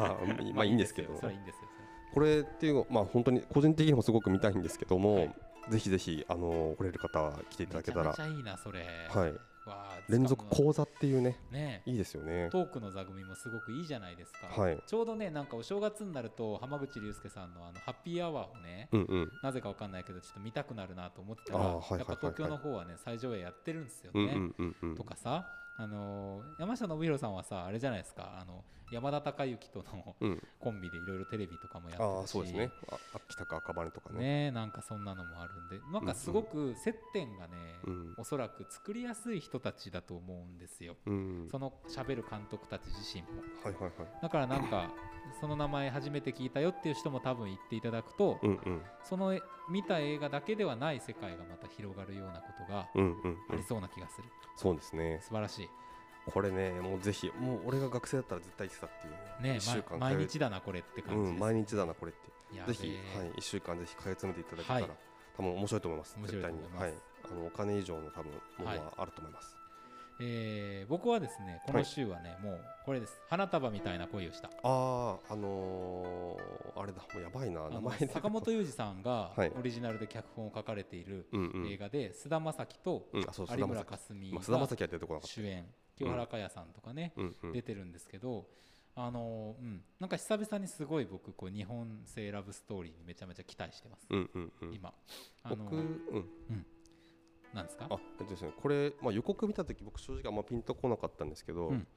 [SPEAKER 2] まあいいんですけど
[SPEAKER 1] よそれはいいんですよ。それ
[SPEAKER 2] これっていうのまあ本当に個人的にもすごく見たいんですけども、
[SPEAKER 1] はい
[SPEAKER 2] ぜひぜひあの来れる方は来ていただけたら
[SPEAKER 1] めちゃめちゃいいなそれ。
[SPEAKER 2] はい
[SPEAKER 1] わあ
[SPEAKER 2] 連続
[SPEAKER 1] しかも
[SPEAKER 2] 講座っていうね
[SPEAKER 1] ね
[SPEAKER 2] いいですよね
[SPEAKER 1] トークの座組もすごくいいじゃないですか、
[SPEAKER 2] はい
[SPEAKER 1] ちょうどねなんかお正月になると浜口竜介さんのあのハッピーアワーをね、
[SPEAKER 2] うんうん
[SPEAKER 1] なぜかわかんないけどちょっと見たくなるなと思ってたら、
[SPEAKER 2] あーはいはいはい
[SPEAKER 1] やっぱ東京の方はね最上映やってるんですよ
[SPEAKER 2] う
[SPEAKER 1] ね、
[SPEAKER 2] んうんうんうん
[SPEAKER 1] とかさあのー山下信弘さんはさあれじゃないですかあの山田孝之との [laughs]
[SPEAKER 2] うん
[SPEAKER 1] コンビでいろいろテレビとかもやってたし
[SPEAKER 2] ああそうですねあ秋田か赤羽とかね
[SPEAKER 1] ねなんかそんなのもあるんでなんかすごく接点がね、
[SPEAKER 2] うん
[SPEAKER 1] おそらく作りやすい人たちだと思うんですよ、
[SPEAKER 2] うん
[SPEAKER 1] その喋る監督たち自身も
[SPEAKER 2] はいはいはい
[SPEAKER 1] だからなんかその名前初めて聞いたよっていう人も多分言っていただくと、
[SPEAKER 2] うんうん
[SPEAKER 1] その見た映画だけではない世界がまた広がるようなことが
[SPEAKER 2] うんうん
[SPEAKER 1] あ
[SPEAKER 2] う
[SPEAKER 1] り
[SPEAKER 2] ん
[SPEAKER 1] そうな気がする、
[SPEAKER 2] そうですね
[SPEAKER 1] 素晴らしい
[SPEAKER 2] これねもうぜひもう俺が学生だったら絶対行ってたっていう
[SPEAKER 1] ね
[SPEAKER 2] 一週
[SPEAKER 1] ま
[SPEAKER 2] 間
[SPEAKER 1] 毎
[SPEAKER 2] 通
[SPEAKER 1] 日だなこれって
[SPEAKER 2] え
[SPEAKER 1] 感じです、
[SPEAKER 2] うん毎日だなこれって
[SPEAKER 1] やべ
[SPEAKER 2] ぜ
[SPEAKER 1] え
[SPEAKER 2] ひ、はい、1週間ぜひ通い詰めていただけたら、
[SPEAKER 1] はい
[SPEAKER 2] 多分面白いと思います、
[SPEAKER 1] 面白
[SPEAKER 2] 絶
[SPEAKER 1] いと
[SPEAKER 2] 対
[SPEAKER 1] 思
[SPEAKER 2] に
[SPEAKER 1] いま。す
[SPEAKER 2] はい、あのお金以上の多分もの
[SPEAKER 1] はい
[SPEAKER 2] はあると思います。
[SPEAKER 1] えー僕はですねこの週はね、もうこれです花束みたいな恋をした
[SPEAKER 2] ああ、あのー、あれだ、もうやばいな、
[SPEAKER 1] あ
[SPEAKER 2] 名
[SPEAKER 1] の
[SPEAKER 2] 前で
[SPEAKER 1] 坂本裕二さんが
[SPEAKER 2] はい
[SPEAKER 1] オリジナルで脚本を書かれている
[SPEAKER 2] うんうん、
[SPEAKER 1] 映画で菅、田将暉と
[SPEAKER 2] うん、あそう菅
[SPEAKER 1] 有
[SPEAKER 2] 田
[SPEAKER 1] 村
[SPEAKER 2] 将暉
[SPEAKER 1] 架純
[SPEAKER 2] まあ、菅田
[SPEAKER 1] が
[SPEAKER 2] 将暉は出てこなかっ
[SPEAKER 1] 主演清原果耶さんとかね、
[SPEAKER 2] た。うんうん、
[SPEAKER 1] 出てるんですけど、あのうん、なんか久々にすごい僕こう日本製ラブストーリーにめちゃめちゃ期待してます、
[SPEAKER 2] うんうんうん、
[SPEAKER 1] 今あの
[SPEAKER 2] 僕、うん、
[SPEAKER 1] なんですか
[SPEAKER 2] あえっとですね、これ、まあ、予告見た時僕正直あんまピンとこなかったんですけど、
[SPEAKER 1] うん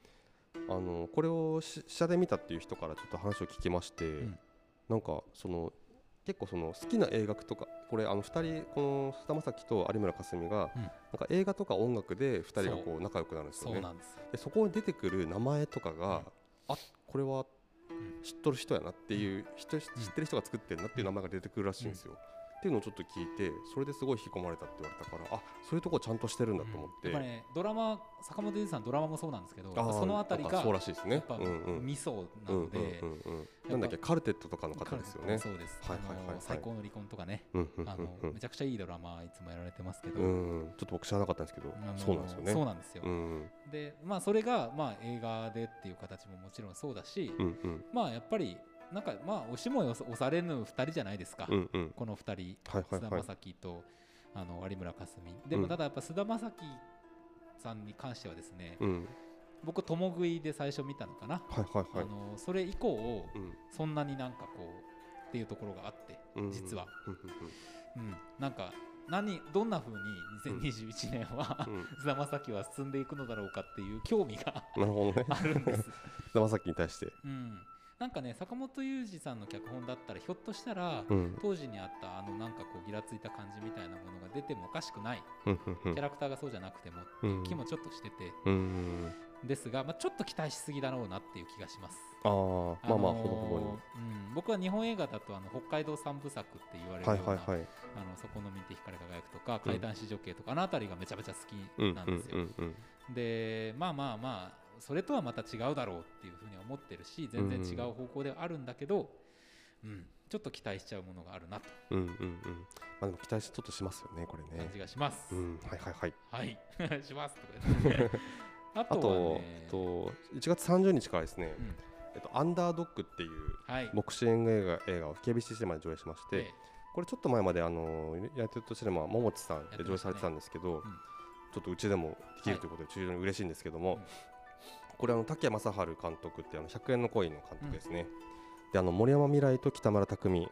[SPEAKER 2] あのこれをし試写で見たっていう人からちょっと話を聞きまして、
[SPEAKER 1] ん
[SPEAKER 2] なんかその結構その好きな映画とかこれあの2人この菅田将暉と有村架純が、
[SPEAKER 1] うん
[SPEAKER 2] なんか映画とか音楽で2人がこう仲良くなるんですよ
[SPEAKER 1] そう
[SPEAKER 2] ね
[SPEAKER 1] なんですよ
[SPEAKER 2] でそこに出てくる名前とかが、あこれは
[SPEAKER 1] ん
[SPEAKER 2] 知っとる人やなっていう、人知ってる人が作ってるなっていう名前が出てくるらしいんですよ、っていうのをちょっと聞いてそれですごい引き込まれたって言われたからあそういうとこちゃんとしてるんだと思っ
[SPEAKER 1] う
[SPEAKER 2] て、
[SPEAKER 1] んやっぱねドラマ坂本龍一さんドラマもそうなんですけど
[SPEAKER 2] あー
[SPEAKER 1] そのあたり
[SPEAKER 2] なん
[SPEAKER 1] が
[SPEAKER 2] かそうらしいですね
[SPEAKER 1] やっぱ
[SPEAKER 2] うんうん
[SPEAKER 1] 味噌な
[SPEAKER 2] うんうん
[SPEAKER 1] ので
[SPEAKER 2] うんうんなんだっけカルテットとかの方ですよね
[SPEAKER 1] そうです、
[SPEAKER 2] はいはいはいはい
[SPEAKER 1] あの最高の離婚とかね、
[SPEAKER 2] うんうん
[SPEAKER 1] あの
[SPEAKER 2] うん
[SPEAKER 1] めちゃくちゃいいドラマいつもやられてますけど、
[SPEAKER 2] うんうんちょっと僕知らなかったんですけど
[SPEAKER 1] あの
[SPEAKER 2] そうなんですよね
[SPEAKER 1] そうなんですよ
[SPEAKER 2] うん
[SPEAKER 1] でまあそれがまあ映画でっていう形ももちろんそうだし、
[SPEAKER 2] うんうん
[SPEAKER 1] まあやっぱりなんかまあ押しも押されぬ2人じゃないですか、
[SPEAKER 2] うんうん
[SPEAKER 1] この2人
[SPEAKER 2] はいはい
[SPEAKER 1] 菅
[SPEAKER 2] は
[SPEAKER 1] 田
[SPEAKER 2] い
[SPEAKER 1] 将暉とあの有村架純でも
[SPEAKER 2] うん
[SPEAKER 1] ただやっぱ菅田将暉さんに関してはですね、
[SPEAKER 2] うん
[SPEAKER 1] 僕共食いで最初見たのかな、
[SPEAKER 2] はいはいは
[SPEAKER 1] あ
[SPEAKER 2] い
[SPEAKER 1] のそれ以降
[SPEAKER 2] うん
[SPEAKER 1] そんなになんかこうっていうところがあって
[SPEAKER 2] うん
[SPEAKER 1] 実は、
[SPEAKER 2] うんうん
[SPEAKER 1] うん、なんか何どんな風に2021年は
[SPEAKER 2] うんうん
[SPEAKER 1] [laughs] 菅田将暉は進んでいくのだろうかっていう興味が [laughs]
[SPEAKER 2] なるほどね
[SPEAKER 1] あるんです
[SPEAKER 2] 菅田将暉に対して
[SPEAKER 1] うん、なんかね坂本雄二さんの脚本だったらひょっとしたら、
[SPEAKER 2] うん
[SPEAKER 1] 当時にあったあのなんかこうギラついた感じみたいなものが出てもおかしくない
[SPEAKER 2] うんうんう
[SPEAKER 1] キ
[SPEAKER 2] ん
[SPEAKER 1] ャラクターがそうじゃなくてもっていう気もちょっとしてて、
[SPEAKER 2] うん
[SPEAKER 1] ですが、まあ、ちょっと期待しすぎだろうなっていう気がします。
[SPEAKER 2] あーまあまあほどほどに
[SPEAKER 1] のーうん、僕は日本映画だとあの北海道三部作って言われるよ
[SPEAKER 2] は
[SPEAKER 1] う
[SPEAKER 2] い
[SPEAKER 1] な、
[SPEAKER 2] はいはい
[SPEAKER 1] あのそこの見て光り輝くとか怪談史情景とか、あの辺りがめちゃめちゃ好
[SPEAKER 2] う
[SPEAKER 1] き
[SPEAKER 2] ん
[SPEAKER 1] なん
[SPEAKER 2] う
[SPEAKER 1] で
[SPEAKER 2] ん
[SPEAKER 1] すよ。
[SPEAKER 2] うんうん
[SPEAKER 1] でまあまあまあそれとはまた違うだろうっていうふうには思ってるし全然違う方向ではあるんだけど、うんちょっと期待しちゃうものがあるなと
[SPEAKER 2] うんうんうんまあでも期待しちょっとしますよねこれ
[SPEAKER 1] いう感
[SPEAKER 2] ね
[SPEAKER 1] じがします。
[SPEAKER 2] うんはいはいはい
[SPEAKER 1] はい [laughs] し
[SPEAKER 2] [laughs]
[SPEAKER 1] ますとか言ってあ
[SPEAKER 2] あ
[SPEAKER 1] とは
[SPEAKER 2] と、
[SPEAKER 1] ね
[SPEAKER 2] えっと、1月30日からですね、
[SPEAKER 1] うん
[SPEAKER 2] えっと、アンダードックっていう
[SPEAKER 1] はい
[SPEAKER 2] ボクシング映画映画を KBC シネマで上映しまして、
[SPEAKER 1] え
[SPEAKER 2] これちょっと前まであのヤテッドシネマ桃地さん
[SPEAKER 1] やって
[SPEAKER 2] で
[SPEAKER 1] ましたね
[SPEAKER 2] 上映されてたんですけど、
[SPEAKER 1] ん
[SPEAKER 2] ちょっとうちでもでき
[SPEAKER 1] は
[SPEAKER 2] る
[SPEAKER 1] い
[SPEAKER 2] ということで非常に嬉しいんですけども、
[SPEAKER 1] うん
[SPEAKER 2] これあの竹谷正治監督ってあの100円の恋の監督ですね、であの森山未來と北村匠海、
[SPEAKER 1] うん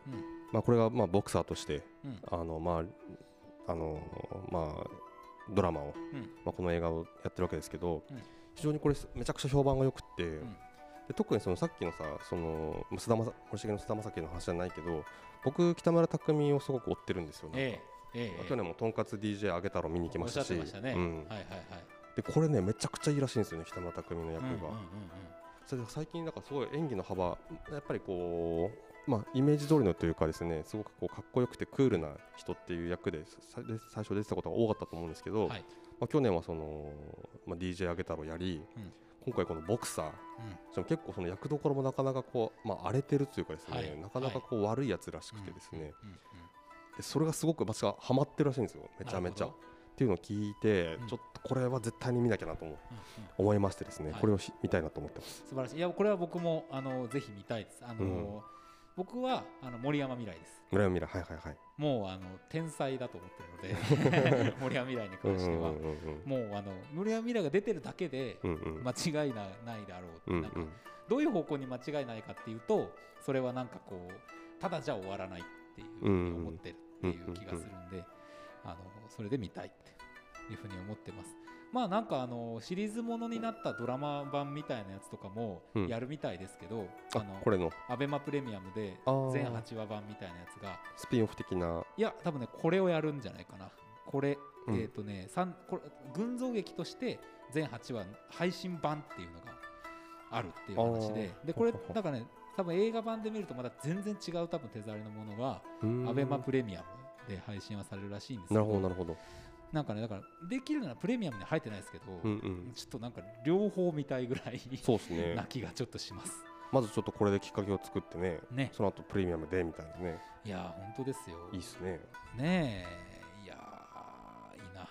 [SPEAKER 2] まあ、これがまあボクサーとして
[SPEAKER 1] えうん
[SPEAKER 2] あのまああのまあドラマを、
[SPEAKER 1] うん
[SPEAKER 2] まあ、この映画をやってるわけですけど、
[SPEAKER 1] うん
[SPEAKER 2] 非常にこれめちゃくちゃ評判が良くって、
[SPEAKER 1] ん
[SPEAKER 2] で特にそのさっきのさそのまあ菅田将暉森重の菅田将暉の話じゃないけど僕北村匠海をすごく追ってるんですよ、なんか
[SPEAKER 1] えええ
[SPEAKER 2] まあ
[SPEAKER 1] え
[SPEAKER 2] 去年もとんかつ DJ あげ太郎見に行き
[SPEAKER 1] お
[SPEAKER 2] ま
[SPEAKER 1] っ
[SPEAKER 2] し
[SPEAKER 1] しゃ
[SPEAKER 2] た
[SPEAKER 1] っ
[SPEAKER 2] して
[SPEAKER 1] ましたね、
[SPEAKER 2] うん
[SPEAKER 1] はいはい
[SPEAKER 2] でこれねめちゃくちゃいいらしいんですよね北村匠海の役
[SPEAKER 1] はい
[SPEAKER 2] が、
[SPEAKER 1] うんうんうんうん
[SPEAKER 2] それで最近なんかすごい演技の幅やっぱりこうまあイメージ通りのというかですねすごくこうかっこよくてクールな人っていう役でさで最初出てたことが多かったと思うんですけど、
[SPEAKER 1] はい
[SPEAKER 2] まあ、去年はその、まあ、DJ あげ太郎やり、
[SPEAKER 1] うん
[SPEAKER 2] 今回このボクサーしかも結構その役どころもなかなかこう、まあ、荒れてるというかですね、
[SPEAKER 1] はい
[SPEAKER 2] なかなかこう悪いやつらしくてですね、
[SPEAKER 1] うんうん
[SPEAKER 2] でそれがすごく私はハマってるらしいんですよめちゃめちゃ。っていうのを聞いて、
[SPEAKER 1] うん
[SPEAKER 2] ちょっとこれは絶対に見なきゃなと思う
[SPEAKER 1] うんうん
[SPEAKER 2] 思いましてですね、
[SPEAKER 1] はい
[SPEAKER 2] これをひ見たいなと思ってます。
[SPEAKER 1] 素晴らしいいやこれは僕もあのぜひ見たいですあの、
[SPEAKER 2] うん
[SPEAKER 1] 僕はあの森山未来です
[SPEAKER 2] 村山未来はいはいはい
[SPEAKER 1] もうあの天才だと思ってるの
[SPEAKER 2] [laughs]
[SPEAKER 1] で森山未来に
[SPEAKER 2] うん
[SPEAKER 1] 関しては
[SPEAKER 2] うんうん
[SPEAKER 1] もうあの森山未来が出てるだけで
[SPEAKER 2] うんうん
[SPEAKER 1] 間違いなないだろう、
[SPEAKER 2] うん
[SPEAKER 1] なん
[SPEAKER 2] う
[SPEAKER 1] か
[SPEAKER 2] ん
[SPEAKER 1] どういう方向に間違いないかっていうとそれはなんかこうただじゃ終わらないっていうふうに思ってるっていう気がするんであのそれで見たいっていうふうに思ってますまあなんかあのシリーズものになったドラマ版みたいなやつとかも
[SPEAKER 2] うん
[SPEAKER 1] やるみたいですけど、
[SPEAKER 2] あ
[SPEAKER 1] あの
[SPEAKER 2] これの
[SPEAKER 1] アベマプレミアムで
[SPEAKER 2] あー
[SPEAKER 1] 全8話版みたいなやつが
[SPEAKER 2] スピンオフ的ない
[SPEAKER 1] や多分ねこれをやるんじゃないかなこれ、
[SPEAKER 2] うん
[SPEAKER 1] えっ、とね三これ群像劇として全8話配信版っていうのがあるっていう話で
[SPEAKER 2] あー
[SPEAKER 1] でこれ
[SPEAKER 2] ほほほ
[SPEAKER 1] なんかね多分映画版で見るとまだ全然違う多分手触りのものがアベマプ
[SPEAKER 2] レ
[SPEAKER 1] レミアムで配信はされるらしいんですけ
[SPEAKER 2] な
[SPEAKER 1] ど
[SPEAKER 2] るほどなるほど
[SPEAKER 1] なんかねだからできるならプレミアムに入ってないですけど、
[SPEAKER 2] うんうん
[SPEAKER 1] ちょっとなんか両方見たいぐらい
[SPEAKER 2] そうですね
[SPEAKER 1] な気がちょっとします
[SPEAKER 2] まずちょっとこれできっかけを作ってね
[SPEAKER 1] ね
[SPEAKER 2] その後プレミアムでみたいなね
[SPEAKER 1] いやー本当ですよ
[SPEAKER 2] いいっすね、
[SPEAKER 1] ねえいやーいいな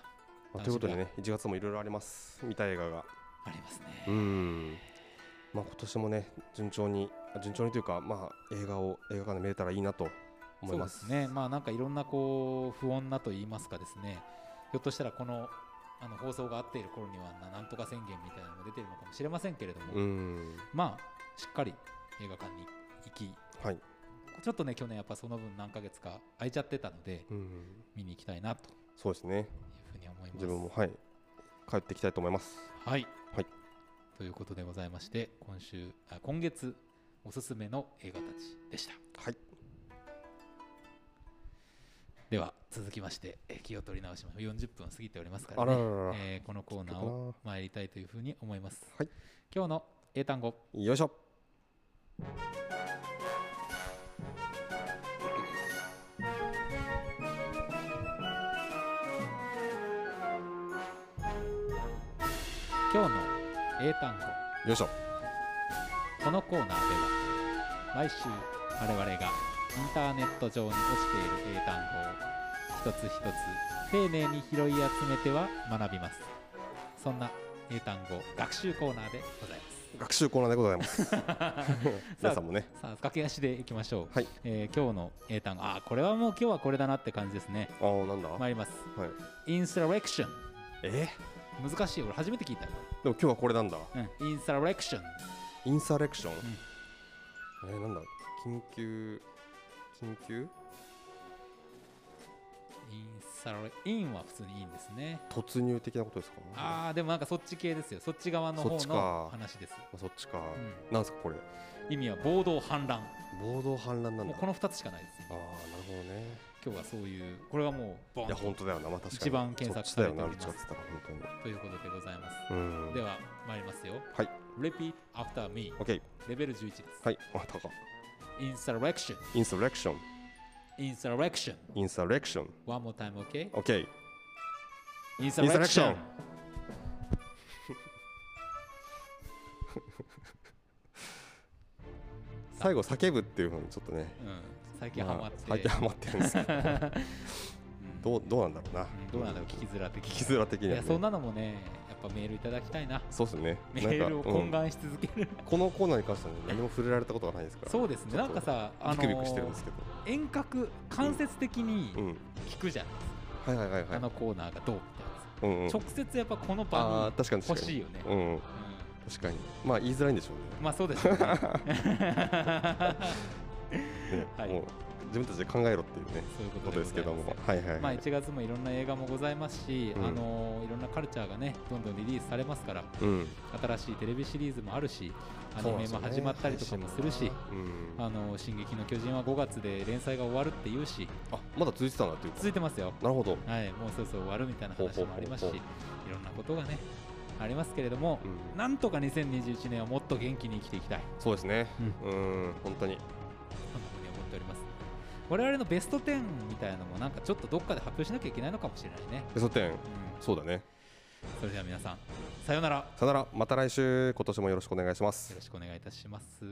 [SPEAKER 2] ま
[SPEAKER 1] 楽しみだ
[SPEAKER 2] あ、ということでね1月もいろいろあります見たい映画が
[SPEAKER 1] ありますね、
[SPEAKER 2] うんまあ今年もね順調にあ順調にというかまあ映画を映画館で見れたらいいなと思います
[SPEAKER 1] そうですね、まあ、なんかいろんなこう不穏なと言いますかですね、ひょっとしたらこのあの放送が合っている頃にはななんとか宣言みたいなのも出てるのかもしれませんけれども、
[SPEAKER 2] うん
[SPEAKER 1] まあ、しっかり映画館に行き、
[SPEAKER 2] はい、
[SPEAKER 1] ちょっとね、去年やっぱその分何ヶ月か空いちゃってたので、
[SPEAKER 2] うん、
[SPEAKER 1] 見に行きたいなという
[SPEAKER 2] そうですね
[SPEAKER 1] ふうに思います。
[SPEAKER 2] 自分もはい帰ってきたいと思います
[SPEAKER 1] はい、
[SPEAKER 2] はい
[SPEAKER 1] ということでございまして、今週あ今月おすすめの映画たちでした。
[SPEAKER 2] はい
[SPEAKER 1] では続きましてえー気を取り直しましょう40分過ぎておりますか
[SPEAKER 2] あ
[SPEAKER 1] ら
[SPEAKER 2] ら
[SPEAKER 1] ね
[SPEAKER 2] ららら
[SPEAKER 1] えーこのコーナーを参りたいというふうに思います、
[SPEAKER 2] はい
[SPEAKER 1] 今日の英単語
[SPEAKER 2] よいしょ
[SPEAKER 1] 今日の英単語
[SPEAKER 2] よいしょ
[SPEAKER 1] このコーナーでは毎週我々がインターネット上に落ちている英単語を一つ一つ丁寧に拾い集めては学びますそんな英単語学習コーナーでございます
[SPEAKER 2] 学習コーナーでございます
[SPEAKER 1] [laughs]
[SPEAKER 2] 皆さんもね
[SPEAKER 1] さあ駆け足でいきましょう、
[SPEAKER 2] はい
[SPEAKER 1] えー今日の英単語あーこれはもう今日はこれだなって感じですね
[SPEAKER 2] ああなんだ、
[SPEAKER 1] 参ります
[SPEAKER 2] はい
[SPEAKER 1] インストレクション
[SPEAKER 2] え
[SPEAKER 1] 難しい俺初めて聞いたよ
[SPEAKER 2] ーでも今日はこれなんだ
[SPEAKER 1] インストレクション
[SPEAKER 2] インサレクション、えー、なんだ緊急緊急
[SPEAKER 1] インストレインは普通にいいんですね
[SPEAKER 2] 突入的なことですか
[SPEAKER 1] ああでもなんかそっち系ですよそっち側の
[SPEAKER 2] そっ
[SPEAKER 1] 方
[SPEAKER 2] ち
[SPEAKER 1] の
[SPEAKER 2] か
[SPEAKER 1] 話です、
[SPEAKER 2] まあ、そっちか、
[SPEAKER 1] う
[SPEAKER 2] なんすかこれ
[SPEAKER 1] ん、意味は暴動反乱
[SPEAKER 2] 暴動反乱なん
[SPEAKER 1] も
[SPEAKER 2] だ
[SPEAKER 1] うこの2つしかないです
[SPEAKER 2] ああなるほどね
[SPEAKER 1] 今日はそういうこれはもうボン
[SPEAKER 2] いや本当だよなまあ確かに
[SPEAKER 1] 一番検索
[SPEAKER 2] そっちだよ
[SPEAKER 1] さ
[SPEAKER 2] な
[SPEAKER 1] れ
[SPEAKER 2] う
[SPEAKER 1] て
[SPEAKER 2] ち
[SPEAKER 1] お
[SPEAKER 2] が
[SPEAKER 1] りま
[SPEAKER 2] つったら本当に
[SPEAKER 1] ということでございます
[SPEAKER 2] うん
[SPEAKER 1] では参りますよ
[SPEAKER 2] はい
[SPEAKER 1] Repeat after me
[SPEAKER 2] オッケー
[SPEAKER 1] レベル11です、
[SPEAKER 2] はいあたか
[SPEAKER 1] インストレクション
[SPEAKER 2] インサレクション
[SPEAKER 1] インストレクション
[SPEAKER 2] インサレクション
[SPEAKER 1] One more time OK
[SPEAKER 2] オッケー
[SPEAKER 1] インストレクション
[SPEAKER 2] Insurrection 最後叫ぶっていうのにちょっとね
[SPEAKER 1] うん最近ハマって、
[SPEAKER 2] まあ最近ハマってるんですけど
[SPEAKER 1] うん [laughs]
[SPEAKER 2] どうどうなんだろうな
[SPEAKER 1] うんどうなんだろう聞きづらって聞
[SPEAKER 2] 聞きづら的に
[SPEAKER 1] い
[SPEAKER 2] は、
[SPEAKER 1] や
[SPEAKER 2] ね、
[SPEAKER 1] そんなのもねやっぱメールいただきたいな
[SPEAKER 2] そうですね
[SPEAKER 1] メールを懇
[SPEAKER 2] なんか
[SPEAKER 1] 願し続ける、
[SPEAKER 2] うんこのコーナーに関しては、ね、何も触れられたことがないですから
[SPEAKER 1] そうです
[SPEAKER 2] ち
[SPEAKER 1] ねな
[SPEAKER 2] ょっ
[SPEAKER 1] ん
[SPEAKER 2] と
[SPEAKER 1] かさあ
[SPEAKER 2] ビ
[SPEAKER 1] の
[SPEAKER 2] クビクしてるんです
[SPEAKER 1] ー
[SPEAKER 2] けど、
[SPEAKER 1] 遠隔間接的に
[SPEAKER 2] うん
[SPEAKER 1] 聞くじゃん、
[SPEAKER 2] はいはいはいはい
[SPEAKER 1] あのコーナーがどうみたいなさ、
[SPEAKER 2] うんうん、
[SPEAKER 1] 直接やっぱこの
[SPEAKER 2] あ
[SPEAKER 1] 場
[SPEAKER 2] ー確かに
[SPEAKER 1] に欲
[SPEAKER 2] 確かに
[SPEAKER 1] しいよね、
[SPEAKER 2] うんうん
[SPEAKER 1] う
[SPEAKER 2] 確かにまあ言いづらいんでしょ
[SPEAKER 1] んまあそうです
[SPEAKER 2] [laughs]
[SPEAKER 1] よね
[SPEAKER 2] うねね、
[SPEAKER 1] はい
[SPEAKER 2] もう自分たちで考えろっていうね
[SPEAKER 1] そういう
[SPEAKER 2] こ
[SPEAKER 1] こと
[SPEAKER 2] と
[SPEAKER 1] でございま
[SPEAKER 2] ですすけどもはいはいはい、
[SPEAKER 1] まあ、1月もいろんな映画もございますし、
[SPEAKER 2] うん
[SPEAKER 1] あのーいろんなカルチャーがねどんどんリリースされますから
[SPEAKER 2] うん
[SPEAKER 1] 新しいテレビシリーズもあるしア
[SPEAKER 2] そう
[SPEAKER 1] ニ
[SPEAKER 2] なん
[SPEAKER 1] メも
[SPEAKER 2] ですよね
[SPEAKER 1] 始まったりとかもするし、
[SPEAKER 2] うん、
[SPEAKER 1] あの「進撃の巨人」は5月で連載が終わるっていうし
[SPEAKER 2] あまだ続いてたんだっていうか
[SPEAKER 1] 続いてますよ、
[SPEAKER 2] なるほど、
[SPEAKER 1] はい、もうそろそろ終わるみたいな話もありますし
[SPEAKER 2] ほうほ
[SPEAKER 1] いろんなことがねありますけれども
[SPEAKER 2] う、ん、
[SPEAKER 1] なんとか2021年はもっと元気に生きていきたい
[SPEAKER 2] そうですねうん本当に
[SPEAKER 1] そんなふうに思っております我々のベスト10みたいなのもなんかちょっとどっかで発表しなきゃいけないのかもしれないね、
[SPEAKER 2] ベスト10
[SPEAKER 1] うん、
[SPEAKER 2] そうだね
[SPEAKER 1] それでは皆さんさようなら
[SPEAKER 2] さよならまた来週今年もよろしくお願いします
[SPEAKER 1] よろしくお願いいたします。